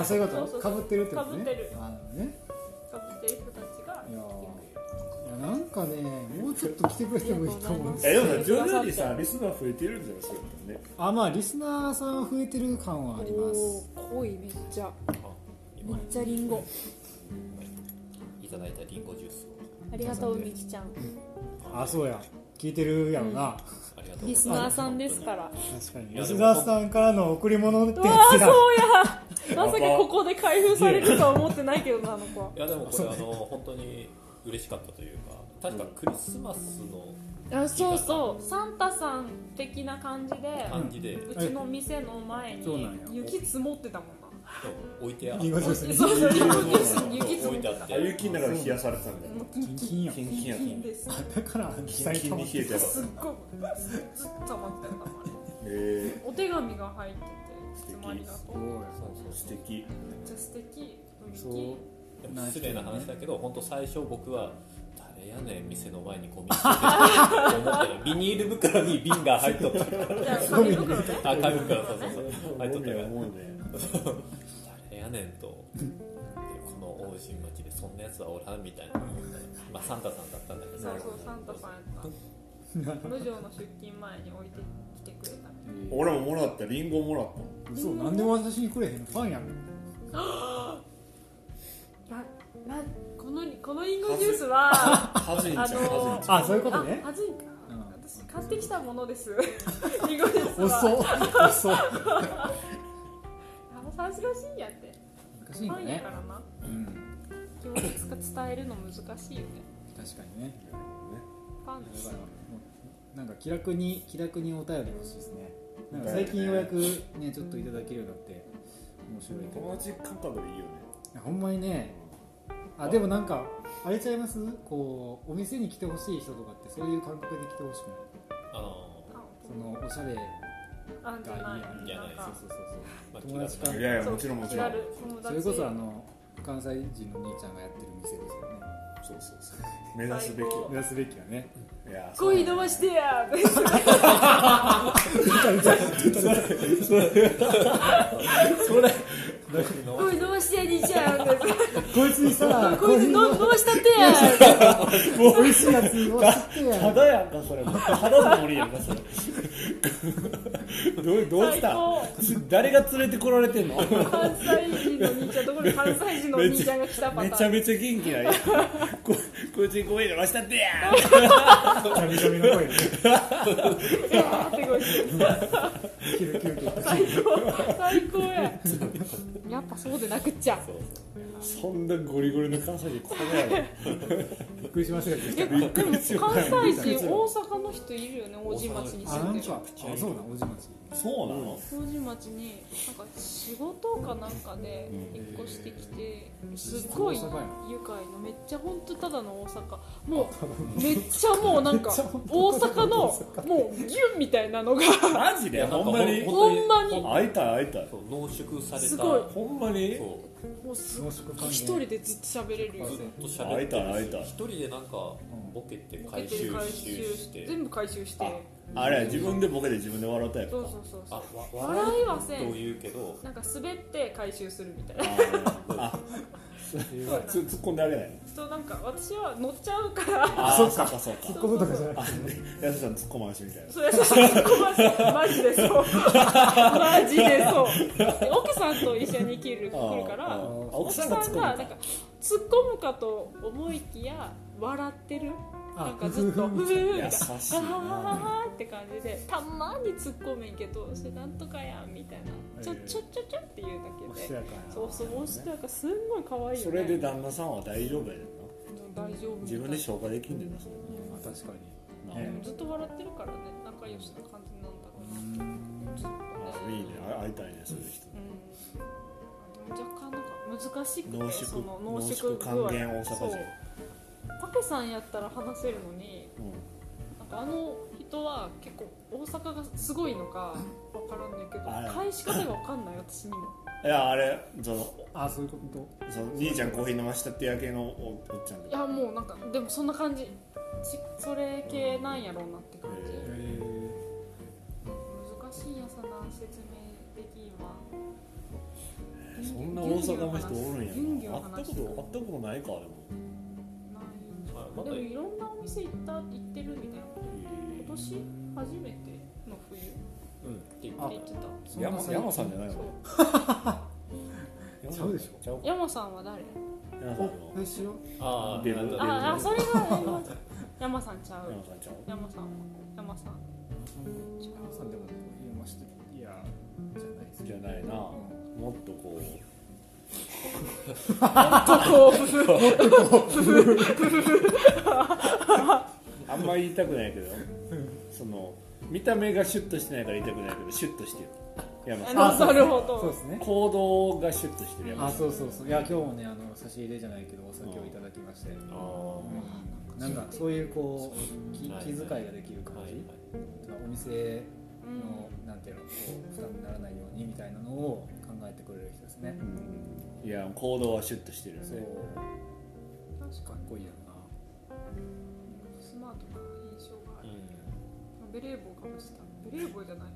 あそういうそこうそとうかぶってるってことね被ってるあのねかぶってる人たちがいやーいやなんかねもうちょっと来てくれてもいいと思うんですえでもさ徐々にさリスナー増えてるんじゃないですかねあまあリスナーさん増えてる感はありますおー濃いめっちゃめっちゃリンゴいただいたリンゴジュースをありがとうみきちゃんあそうや聞いてるやろな、ありがとうごリざいますスナーさんですから確かにいリやでスもナーさんからの贈り物ってうやわつーや そうやまさかここで開封されるとは思ってないけどなあの子いやでもこれあの本当に嬉しかったというか確かクリスマスのあそうそうサンタさん的な感じで感じで、うちの店の前そうなんにや雪積もってたもんな置いてあリンゴジュースにそうそう雪置雪積もいっててあってあ雪の中で冷やされてたんだよもうキンキンよキンキンですだからキンキンに冷えてたすっごいずっと待ってたのあれえお手紙が入ってて素敵包まりがとうめー、素敵っちゃ素敵そ雰囲うでも失礼な話だけど本当最初僕は誰やねん店の前にゴミ捨ててると思ったらビニール袋に瓶が入っとったから気いや紙袋ねあ紙袋そうそうそう入っとったから思うね誰やねんと思ってこの大新町でそんなやつはおらんみたいな思ったよまあサンタさんだったんだけどそうそうサンタさんや った路上の出勤前に置いてきてくれた俺ももらったリンゴもらったそうなんで私にくれへんのファンやんななこのこのリンゴジュースははずいんちゃあうのはーあそういうことねあはずいかうん私買ってきたものです リンゴジュースは遅っ遅っあの恥ずかしいんやって難しいんフだァンやねからなうん気持ち伝えるの難しいよね確かにねファンやばいわもうなんか気楽に気楽にお便り欲しいですねなんか最近ようやくねちょっといただけるようになって面白いずいけんど同じ感覚でいいよねいやほんまにねあでもなんかあれちゃいますこうお店に来てほしい人とかってそういう感覚で来てほしくないあのそのおしゃれがあんじゃないいいじゃやなんいそかそうそうそうそうまあ、友達かいやいやそうもちろんもち気ろん軽友達それこそあの関西人の兄ちゃんがやってる店ですよねそうそうそう目指すべき最高目指すべきはねいやそう恋伸ばしてやーって恋伸ばしてや兄ちゃんってこいつにさ恋伸伸ばしたってやーってもう美味しいやつを知ってた やだやんかそれもただの森やんかそれどうどう最した高誰が連れてこられてんの関西人の兄ちゃんところに関西人のお兄ちゃんが来たパめタちーゃンめちゃ元気ないここいつに声出ましたってやったみみの声であーってこいキルキルキル最高最高ややっぱそうでなくっちゃそんなゴリゴリの関西人これやびっくりしましたけどえでも関西人大阪の人いるよね王子町にあ住なんんでるかあそうなんおじまちそうなの王子町になんか仕事かなんかで引っ越してきてすごい愉快のめっちゃ本当ただの大阪もうめっちゃ もうなんか大阪のもうギュンみたいなの がマジでほんまにほんまに会いたい会いたいそう濃縮されたすごいほんまにそうもうす濃縮パンね一人でずっと喋れるよずっと会喋いったてい会るいたいし一人でなんかボケて回収回して全部回収してあれ自分でボケて自分で笑ったやそうそうそうあそわう笑笑いはせうとん言うけどなんか滑って回収するみたいなつ突っ込んであげないとなんか私は乗っちゃうからあそっかそうかそうこことかじゃないやすさん突っ込まんしみたいなそれそれマジでそうマジでそうで奥さんと一緒に来る来るからあー奥奥ささんんがが突突っっ込込むむかかと思いきや笑ってるあなんかずっと「うー」みたいな「あ優ーしいなはーって感じでたまに突っ込めんけど「それなんとかやん」みたいな「ちょちょちょちょ」って言うだおけしとでやかなそうそうもうしてなんかすんごい可愛いそよれでね旦那さんは大丈夫やでな大丈夫みた自い分で消化できんでなそれまあ確かになねずっと笑ってるからね仲良しな感じなんだろうなずっとあいいね会いたいねそういう人うん、若干なんか難しくて濃そ縮の濃濃縮具縮合還元大阪そう人タケさんやったら話せるのになんかあの人は結構大阪がすごいのかわからんねんけあどら返し方がわかんない私にもいやあれそのあそういうことその兄ちゃんコーヒー飲ましたってやけのおおっちゃんいでやもうなんかでもそんな感じちそれ系なんやろうなって感じへへえ難しいやさな説明できんわそんな大阪の人おるんやギュンギュンな話会っすたこと会ったことないかでもないまあまでたもいろんなお店行った行ってるみたいな今年初めての冬ってうんっていう言ってた山山さんじゃないのちゃうでしょちゃうか山さんは誰山さんのおえしよああ出るなんだああそれが山さん山さんちゃう山さんちゃう山さんは山さんう山さんでも言いましたいやじゃないですじゃないなもっとこうあんまり言いたくないけどその見た目がシュッとしてないから言いたくないけどシュッとしてる山あなるほそうどですね行動がシュッとしてる山あそうそうそういや今日もねあの差し入れじゃないけどお酒をいただきましてあーなんかそういうこうき気遣いができる感じお店のなんていうのこう負担にならないようにみたいなのを考えてくれる人ですねいや行動はシュッとしてるよそうね確かかっにこいいよなスマートな印象がある、ベレー帽かぶってたベレー帽じゃない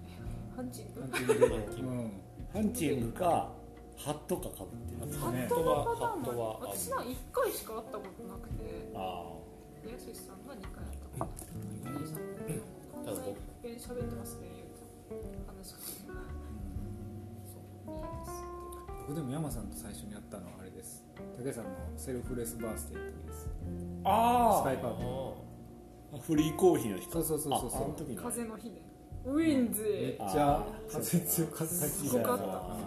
ハンチングハンチングでうんハンチングかハットかかぶってるハットのパターンもある私なんか1回しか会ったことなくてあやすしさんが2回会ったことあるさんも関西弁喋ってますねゆうた話しかけないそう見えます僕でも山さんと最初に会ったのはあれです武井さんのセルフレスバースデーの時ですあスカイパークあフリーコーヒーの日そうそうそうそうああの時の風の日ねウィンズめっへちゃ風強かったすごかっ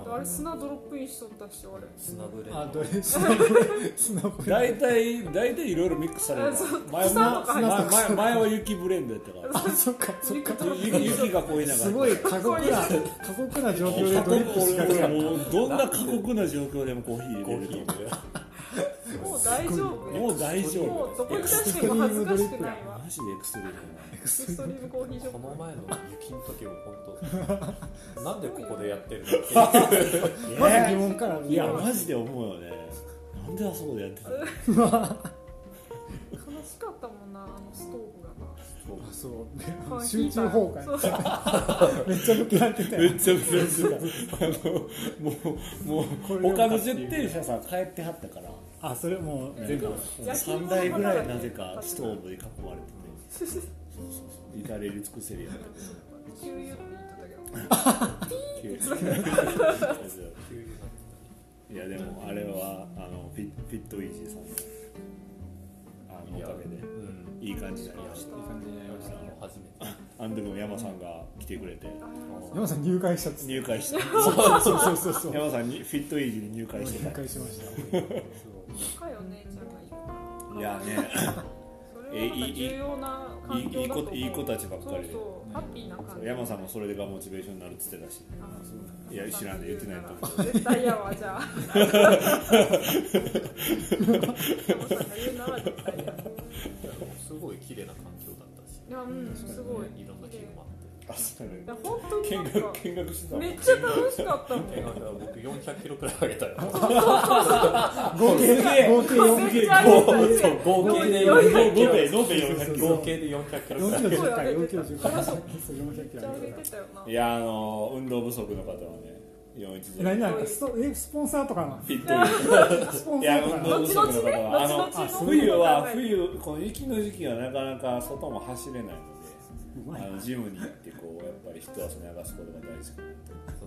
たあれ砂ドロップインしとったし俺砂ぶれあのどれ砂ブレ砂ブレ大体大体いろいろミックスされるあそう前も草とか入って前前前は雪ブレンドやったからあそっかそっか雪雪がこういながらすごい過酷な過酷な状況で過ドリップしかけ酷な俺かっもうどんな過酷な状況でもコーヒーコ入ーれヒるーでもう大丈夫もう大丈もうど夫こに出しても恥ずかしくないわマジでエクストリームエクストリームコーヒーショッこプの前の雪の時も本当なんでここでやってるのってたまず疑問からいやマジで思うよねなんであそこでやってたの悲しかったもんなあのストーブがなあ そうコーヒ集ー中が崩壊そうそうめっちゃ向けられてたよめっちゃめちゃあのもうもう他の出店者さん帰ってはったからあそれもう全 全部部3台ぐらいなぜかストーブで囲まれてて至れり尽くせりやった給油って言ってたけどいやでもあれはあのフィフィットイージーさんのあのおかげでいい感じになりましたいい感じになりました初めてあの時も山さんが来てくれて山さん入会したっつって入会してそう そうそうそう山さんにフィットイージーに入会して入た会しました若いお姉ちゃんがいるいやねそれはなんか重要な環境だと思ういいいいいい子たちばっかりでそうそうハッピーな感じ山さんもそれでがモチベーションになるっつってたしあそうなんだいや知らんで言ってないと思絶対やわじゃあ 山さんが言うなら絶対やすごい綺麗な環境だったしいやうんすごいいろんな木もああっそうねいや本当になんか見学してためっちゃ楽しかったもんてなんか僕400キロくらい上げたよ合計合計4キロめっちゃ上げてそう合計で400延べ延べそう400そうキそうロ合計で400キロくらい4キロ10回4キロ10回そう400キめっロちゃ上10げ回てたよないやあの運動不足の方はねえ何410なんかストえスポンサーとかなのフィットイースポンジーいサやーとか運なの動不足の方はあ後々ねの後々の冬は冬この雪の時期はなかなか外も走れないのでうまいあのジムに行ってこうやっぱり一汗流すことが大事か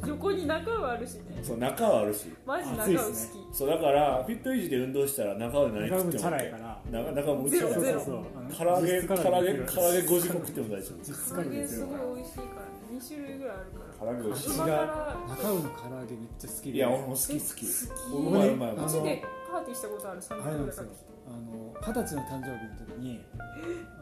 横に中はあるしねなそう中はあるしマジ中暑いっは好すねきそうだからフィット維持で運動したら中は何中食もってチもャラいからら中もうちゼロゼロ唐揚げ唐揚げ唐揚5げ50個食っても大丈夫です唐揚げすごい美味しいからね2種類ぐらいあるから唐揚げ美味しい今から中尾の唐揚げめっちゃ好きでいや俺も好き好き好うきまいうまいうまういちでパーティーしたことある3あれなんで人ぐすらよいあの二十歳の誕生日の時に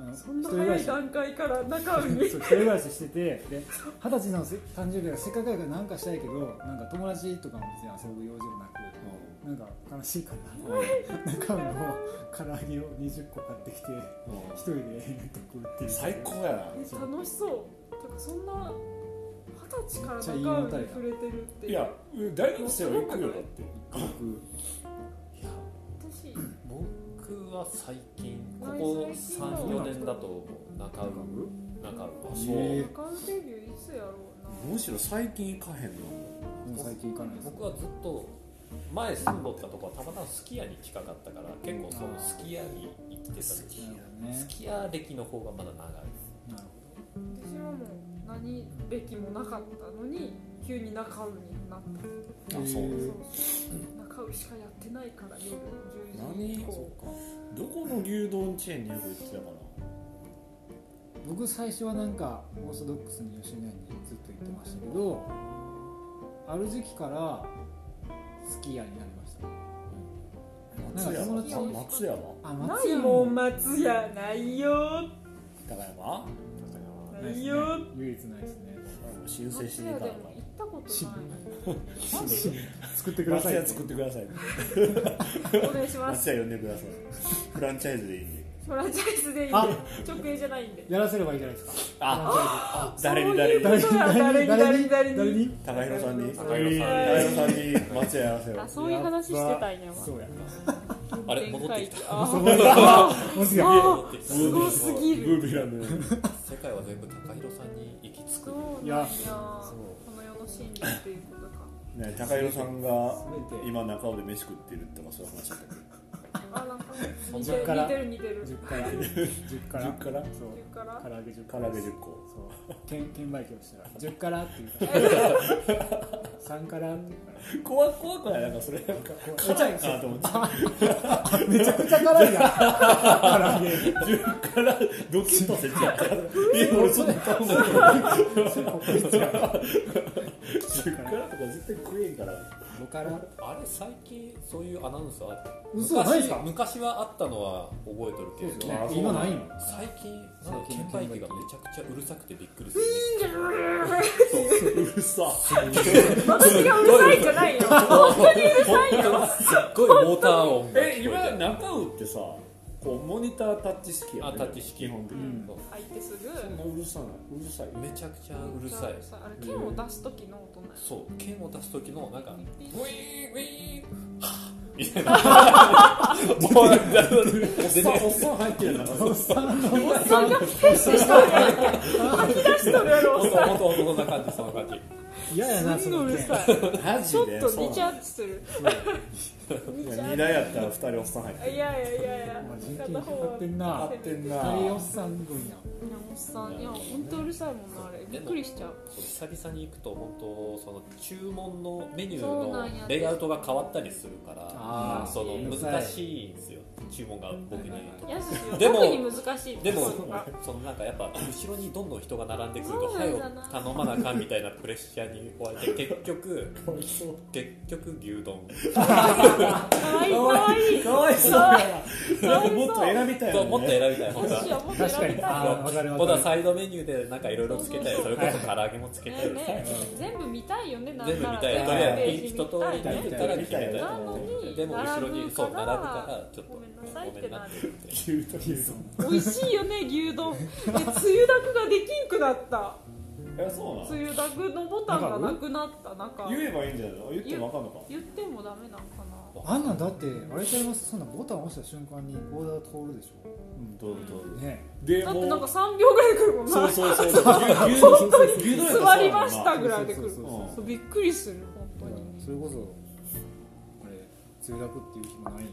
あのそんな一人暮早らいし段階から中そ尾うに一人暮らししててで二十歳のせ誕生日はせっかくやからなんかしたいけどなんか友達とかも別に遊ぶ用事もなくなんか悲しいから中尾の唐揚げを20個買ってきてうん一人で延々と食うっていう最高やなえ楽しそうてかそんな二十歳から中尾に触れてるっていや大学生は行くよだっ僕私僕は最近ここ34年だと中尾中尾てへえ中尾デビューいつやろうなむしろ最近行かへんのもう最近行かないです僕はずっと前住んどったとこはたまたまスキヤに近かったから結構そのスキヤに行ってたんでなするほどスねキヤ歴の方がまだ長いですなる私はもう何歴もなかったのに急に中尾になったほどそうへえそうそう中尾しかやってないから夜10時以降どこの牛丼チェーンによく行ってたか僕最初はなんかオーソドックスに吉野家にずっと行ってましたけどある時期からスキーヤになりましたななんか友達松山松山あないももん松屋ないよ高山ないよ唯一ないですね申請し松に行屋かでなも行ったこことない。なんで 作ってくだバスさい屋作ってくださいお願いしバまスす。屋呼んでくださいフランチャイズでいいんでフランチャイズでいいんで、あ直営じゃないんで。やらせればいいじゃないですかあ誰に誰に そういうことだ誰に誰に誰に誰に高弘さんに高弘さん高弘さんに松屋やらせろあそういう話してたんやわそうやあれ戻ってき たあもしやたすごすぎるブービラの世界は全部高弘さんに行き着そくうなんいややこの世の真理っていうことか。ね高弘さんが全て今中尾で飯食ってるとかそういう話だったっあ、なんか似てそっるから似てる似てる。 10から10から10からそう10から唐揚げ10け唐から揚げ10個そう転転売機をしたら10から っていうから3からっていう怖く怖くないなんかそれなんかから辛いなと思ってめちゃくちゃ辛いな 唐揚げ10からドキッとせちゃったえ俺そんな顔ない10からとか絶対食えんから5からあれ最近そういうアナウンスあった嘘昔ないですか昔はあったのは覚えとるけど、あそう今ないの最近なんか最近券売機がめちゃくちゃうるさくてびっくりするうるさ私がうるさいんじゃないよ。本当にうるさいよ。すっごいモーター音がえ聞こ今えて中尾ってさこうモニタータッチ式やあタッチ式基本的にそう入ってすぐ。うるさないうるさいめちゃくちゃうるさいあれ剣を出す時の音なんやそう剣を出す時のなんかピウッィーンウィーンみたいなもうなんか全然おっさん入ってるなほんとほんとほんとそんな感じそんな感じ嫌やなそすごのいうる件さいマちょジっでとリチャッチする。リチャ2台やったら2人おっさん入っていやいやいやいやお前。人件片費か方かはってんなるってんな大おっさん分やおっさんいや本当うるさいもんなあれ。びっくりしちゃう。そう久々に行くと本当その注文のメニューそうなんやのレイアウトが変わったりするからあそのうるさい難しいんですよ注文が僕に言うとやすしよでも特に難しいでもそうかそのなんかやっぱ後ろにどんどん人が並んでくるそとうな早んくだな頼まなあかんみたいなプレッシャーに追われ て結局結局牛丼かわいいかわいいかわいそうかわいなんかもっと選びたいそうよもっとね選びたい本当やすしははもっと確か選にびたいあーわかるわ本当はかサイドメニューでなんかいろいろつけたりそうそそれこそ唐揚げもつけたりねね全部見たいよねなん全部な見らたいとりあえず一通りね見てから決めたいなのにでも後ろにそう並ぶからちょっとごめんなさいってなる牛丼美味しいよね牛丼でつゆだくができんくなったえそうなつのゆだくのボタンがなくなったなんか言えばいいんじゃないの言ってもわかんのか言ってもダメなんかなるあんなんだってあれちゃいますそんなボタン押した瞬間にオーダー通るでしうんどうぞどうょぞねでだってなんもかう3秒ぐらいで来るもんなそうそうそう牛丼牛丼やった座らりましそうやたなぐらいで来るそうそうそうそうびっくりする本当に、うん、それこそあれつゆだくっていう日もない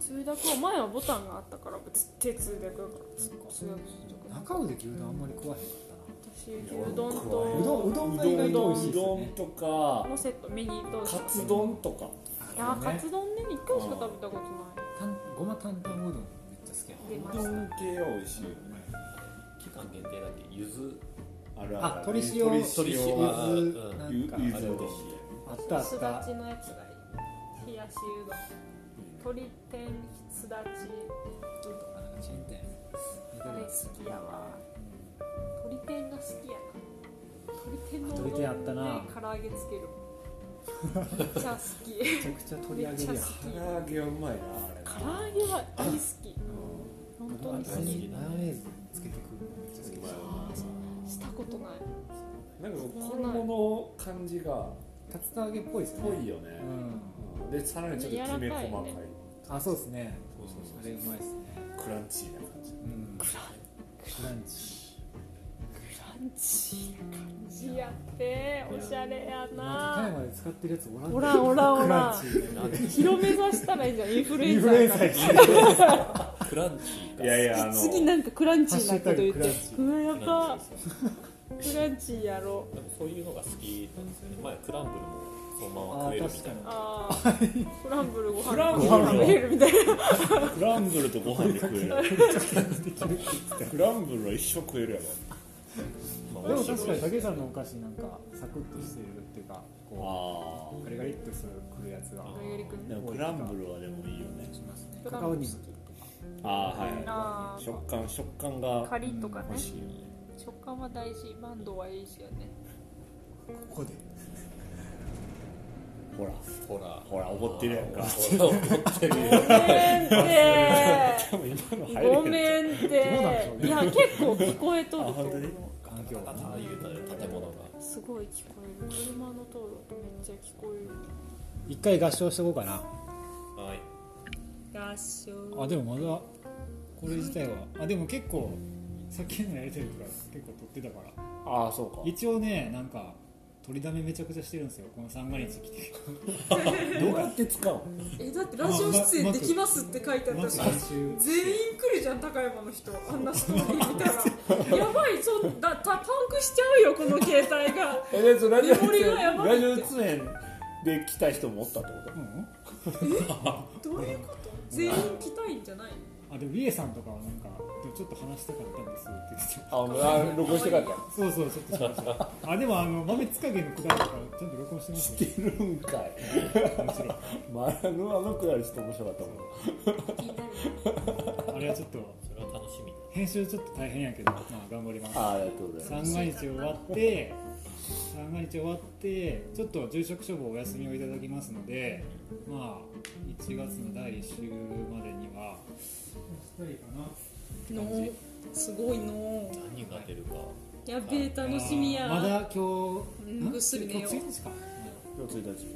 通学は前はボタンがあったから別手通学だから通学通学中尾で牛丼あんまり食わへんかっ私牛丼たなうどんとうどんが意う外と美どん味しいうですどよんねとかのセットミニとカツ丼とかいやカツ丼ね一回しか食べたことなたんごま担々うどんめっちゃ好きやい出まうしどたん系は美味しいよね期間限定だっけゆずあるある鶏塩鶏ゆ鶏塩ずあうんなんかゆああったあずをれですっだたちのやつがいい冷やしうどん鶏天すだちうどんチェーン店あれ好きやわ鶏天が好きやな鶏天の鶏天あったなうどん唐揚げつけるめっちゃ好めちゃくちゃき取めり上っげちゃる好やんき唐揚げはうまいなあれ唐揚げは大好き本当に好あれにきマヨネーズつけてくるめっちゃ好きうましたことないいなんかこう衣の感じが竜田揚げっぽいですよ濃ねいよねうんうんでさらにちょっとき柔め細かいらかいあそうですねそうそうそうあれうまいですねクランチーな感じうんクランチランチな感じやっておしゃれや高な山で使ってるやつおらんおらんおらんおらんクランチ広めさしたらいいじゃんインフルエインンフサルエンーやサかーやクランチいやいやあら次のなんかクランチハッーシなュことタ言グっクてランチうわやばークランチーやろうでもそういうのが好きなんですよね前クランブルもそのまあま食えーるみた確いかになああクランブルご飯クランブルご飯食べれるみたいなクランブルとご飯で食えるクランブルは一生食えるやろまであ美も味しい確かに武井さんのお菓子なんかサクッとしてるっていうかこあうガリガリっとするくるやつがよりくあんでもクランブルはでもいいよねクカラカンオブルニあああはいー食感食感がカリとかね欲しいよね食感は大事バンドはいいしよねここでほらほらほら怒ってるやんかほら怒ってごるよめんって多分今の入れごるやめんっていや結構聞こえとると思う環境がな言うたら建物がすごい聞こえる車の通る音めっちゃ聞こえる一回合唱してこうかなはい合唱あでもまだこれ自体はあでも結構さっきのやりたいとから結構撮ってたからつああそうか一応ねなんか取りだめめちゃくちゃしてるんですよこの三が日来てどうやって使うのえだってラジオ出演できますって書いてあっまたずし来週全員来るじゃん高山の人あんなストーリー見たらやばいそんだたパンクしちゃうよこの携帯がえでそのラジオメモリがやばいラジオ出演で来た人もおったってことどういうこと全員来たいんじゃないあでもリエさんとかはなんかちょっと話したかったんですって言って たああ録音して帰ったそうそうちょっとしましたあでもあの豆つかげのくだりとかちゃんと録音してますよしてるんかい面白いまああのあのくだりちょっと面白かったもんあれはちょっとそれは楽しみ編集ちょっと大変やけどまあ頑張りますああありがとうございま三が日終わって三が日終わってちょっと住職処分お休みをいただきますのでまあ1月の第1週までには一人かなのすごいの何が出るかやべえ楽しみやまだ今う日んんぐっすり寝よう今日1日かす1日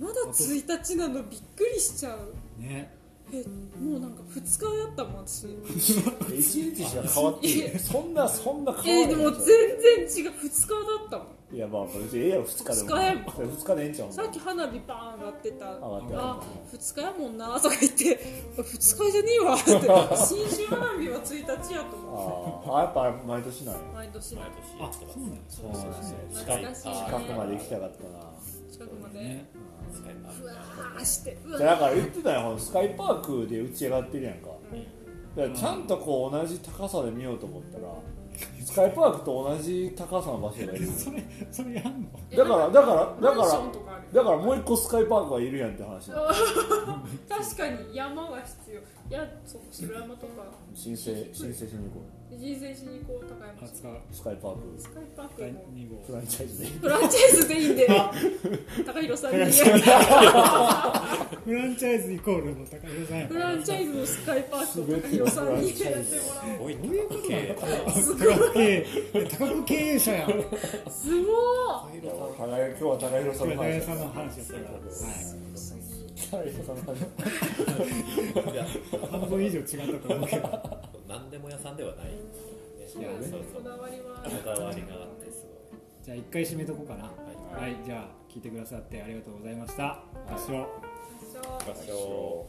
まだ1日なのびっくりしちゃうねえもうなんか2日やったもん私1日しか変わってないそんなそんなえ変わらでないもでしょ全然違う2日だったもんいやまあ別にええやろ2日で二も日やもん2日でええんちゃうさっき花火バーン上がってた上がってたあ2日やもんなとか言って2日じゃねえわって新春花火は1日やと思うああやっぱ毎年なんや毎年毎年やってますねそうなんですね近い懐かしいあ近くまで行きたかったな近くまで近いなうわーしてうわじゃあだから言ってたよスカイパークで打ち上がってるやんかだからちゃんとこう同じ高さで見ようと思ったらスカイパークと同じ高さの場所 がいるそれそれやんのだから だからマだかンらションとかあるだからもう一個スカイパークがいるやんって話なの確かに山が必要いやそう城山とか申請申請しに行こ人生しに行こう高山市20うスカイパークスカイパーク日も2号フランチャイズ でフランチャイズでいいんで 高弘さんに フランチャイズイコールの高井さんやフランチャイズのスカイパークを高弘さんにやってもらすごいどういうことなんだおうすごい高経多国経営者やんこすごい互い今日は高弘さんれの高井話さんの話やったから、高弘さんの話いやはい、半分以上違ったと思うけど何でも屋さんではないそうなんですそうそこうだわりはこだわりがあってすごいじゃあ一回締めとこうかなははい、じゃあ聞いてくださってありがとうございました合唱そう合唱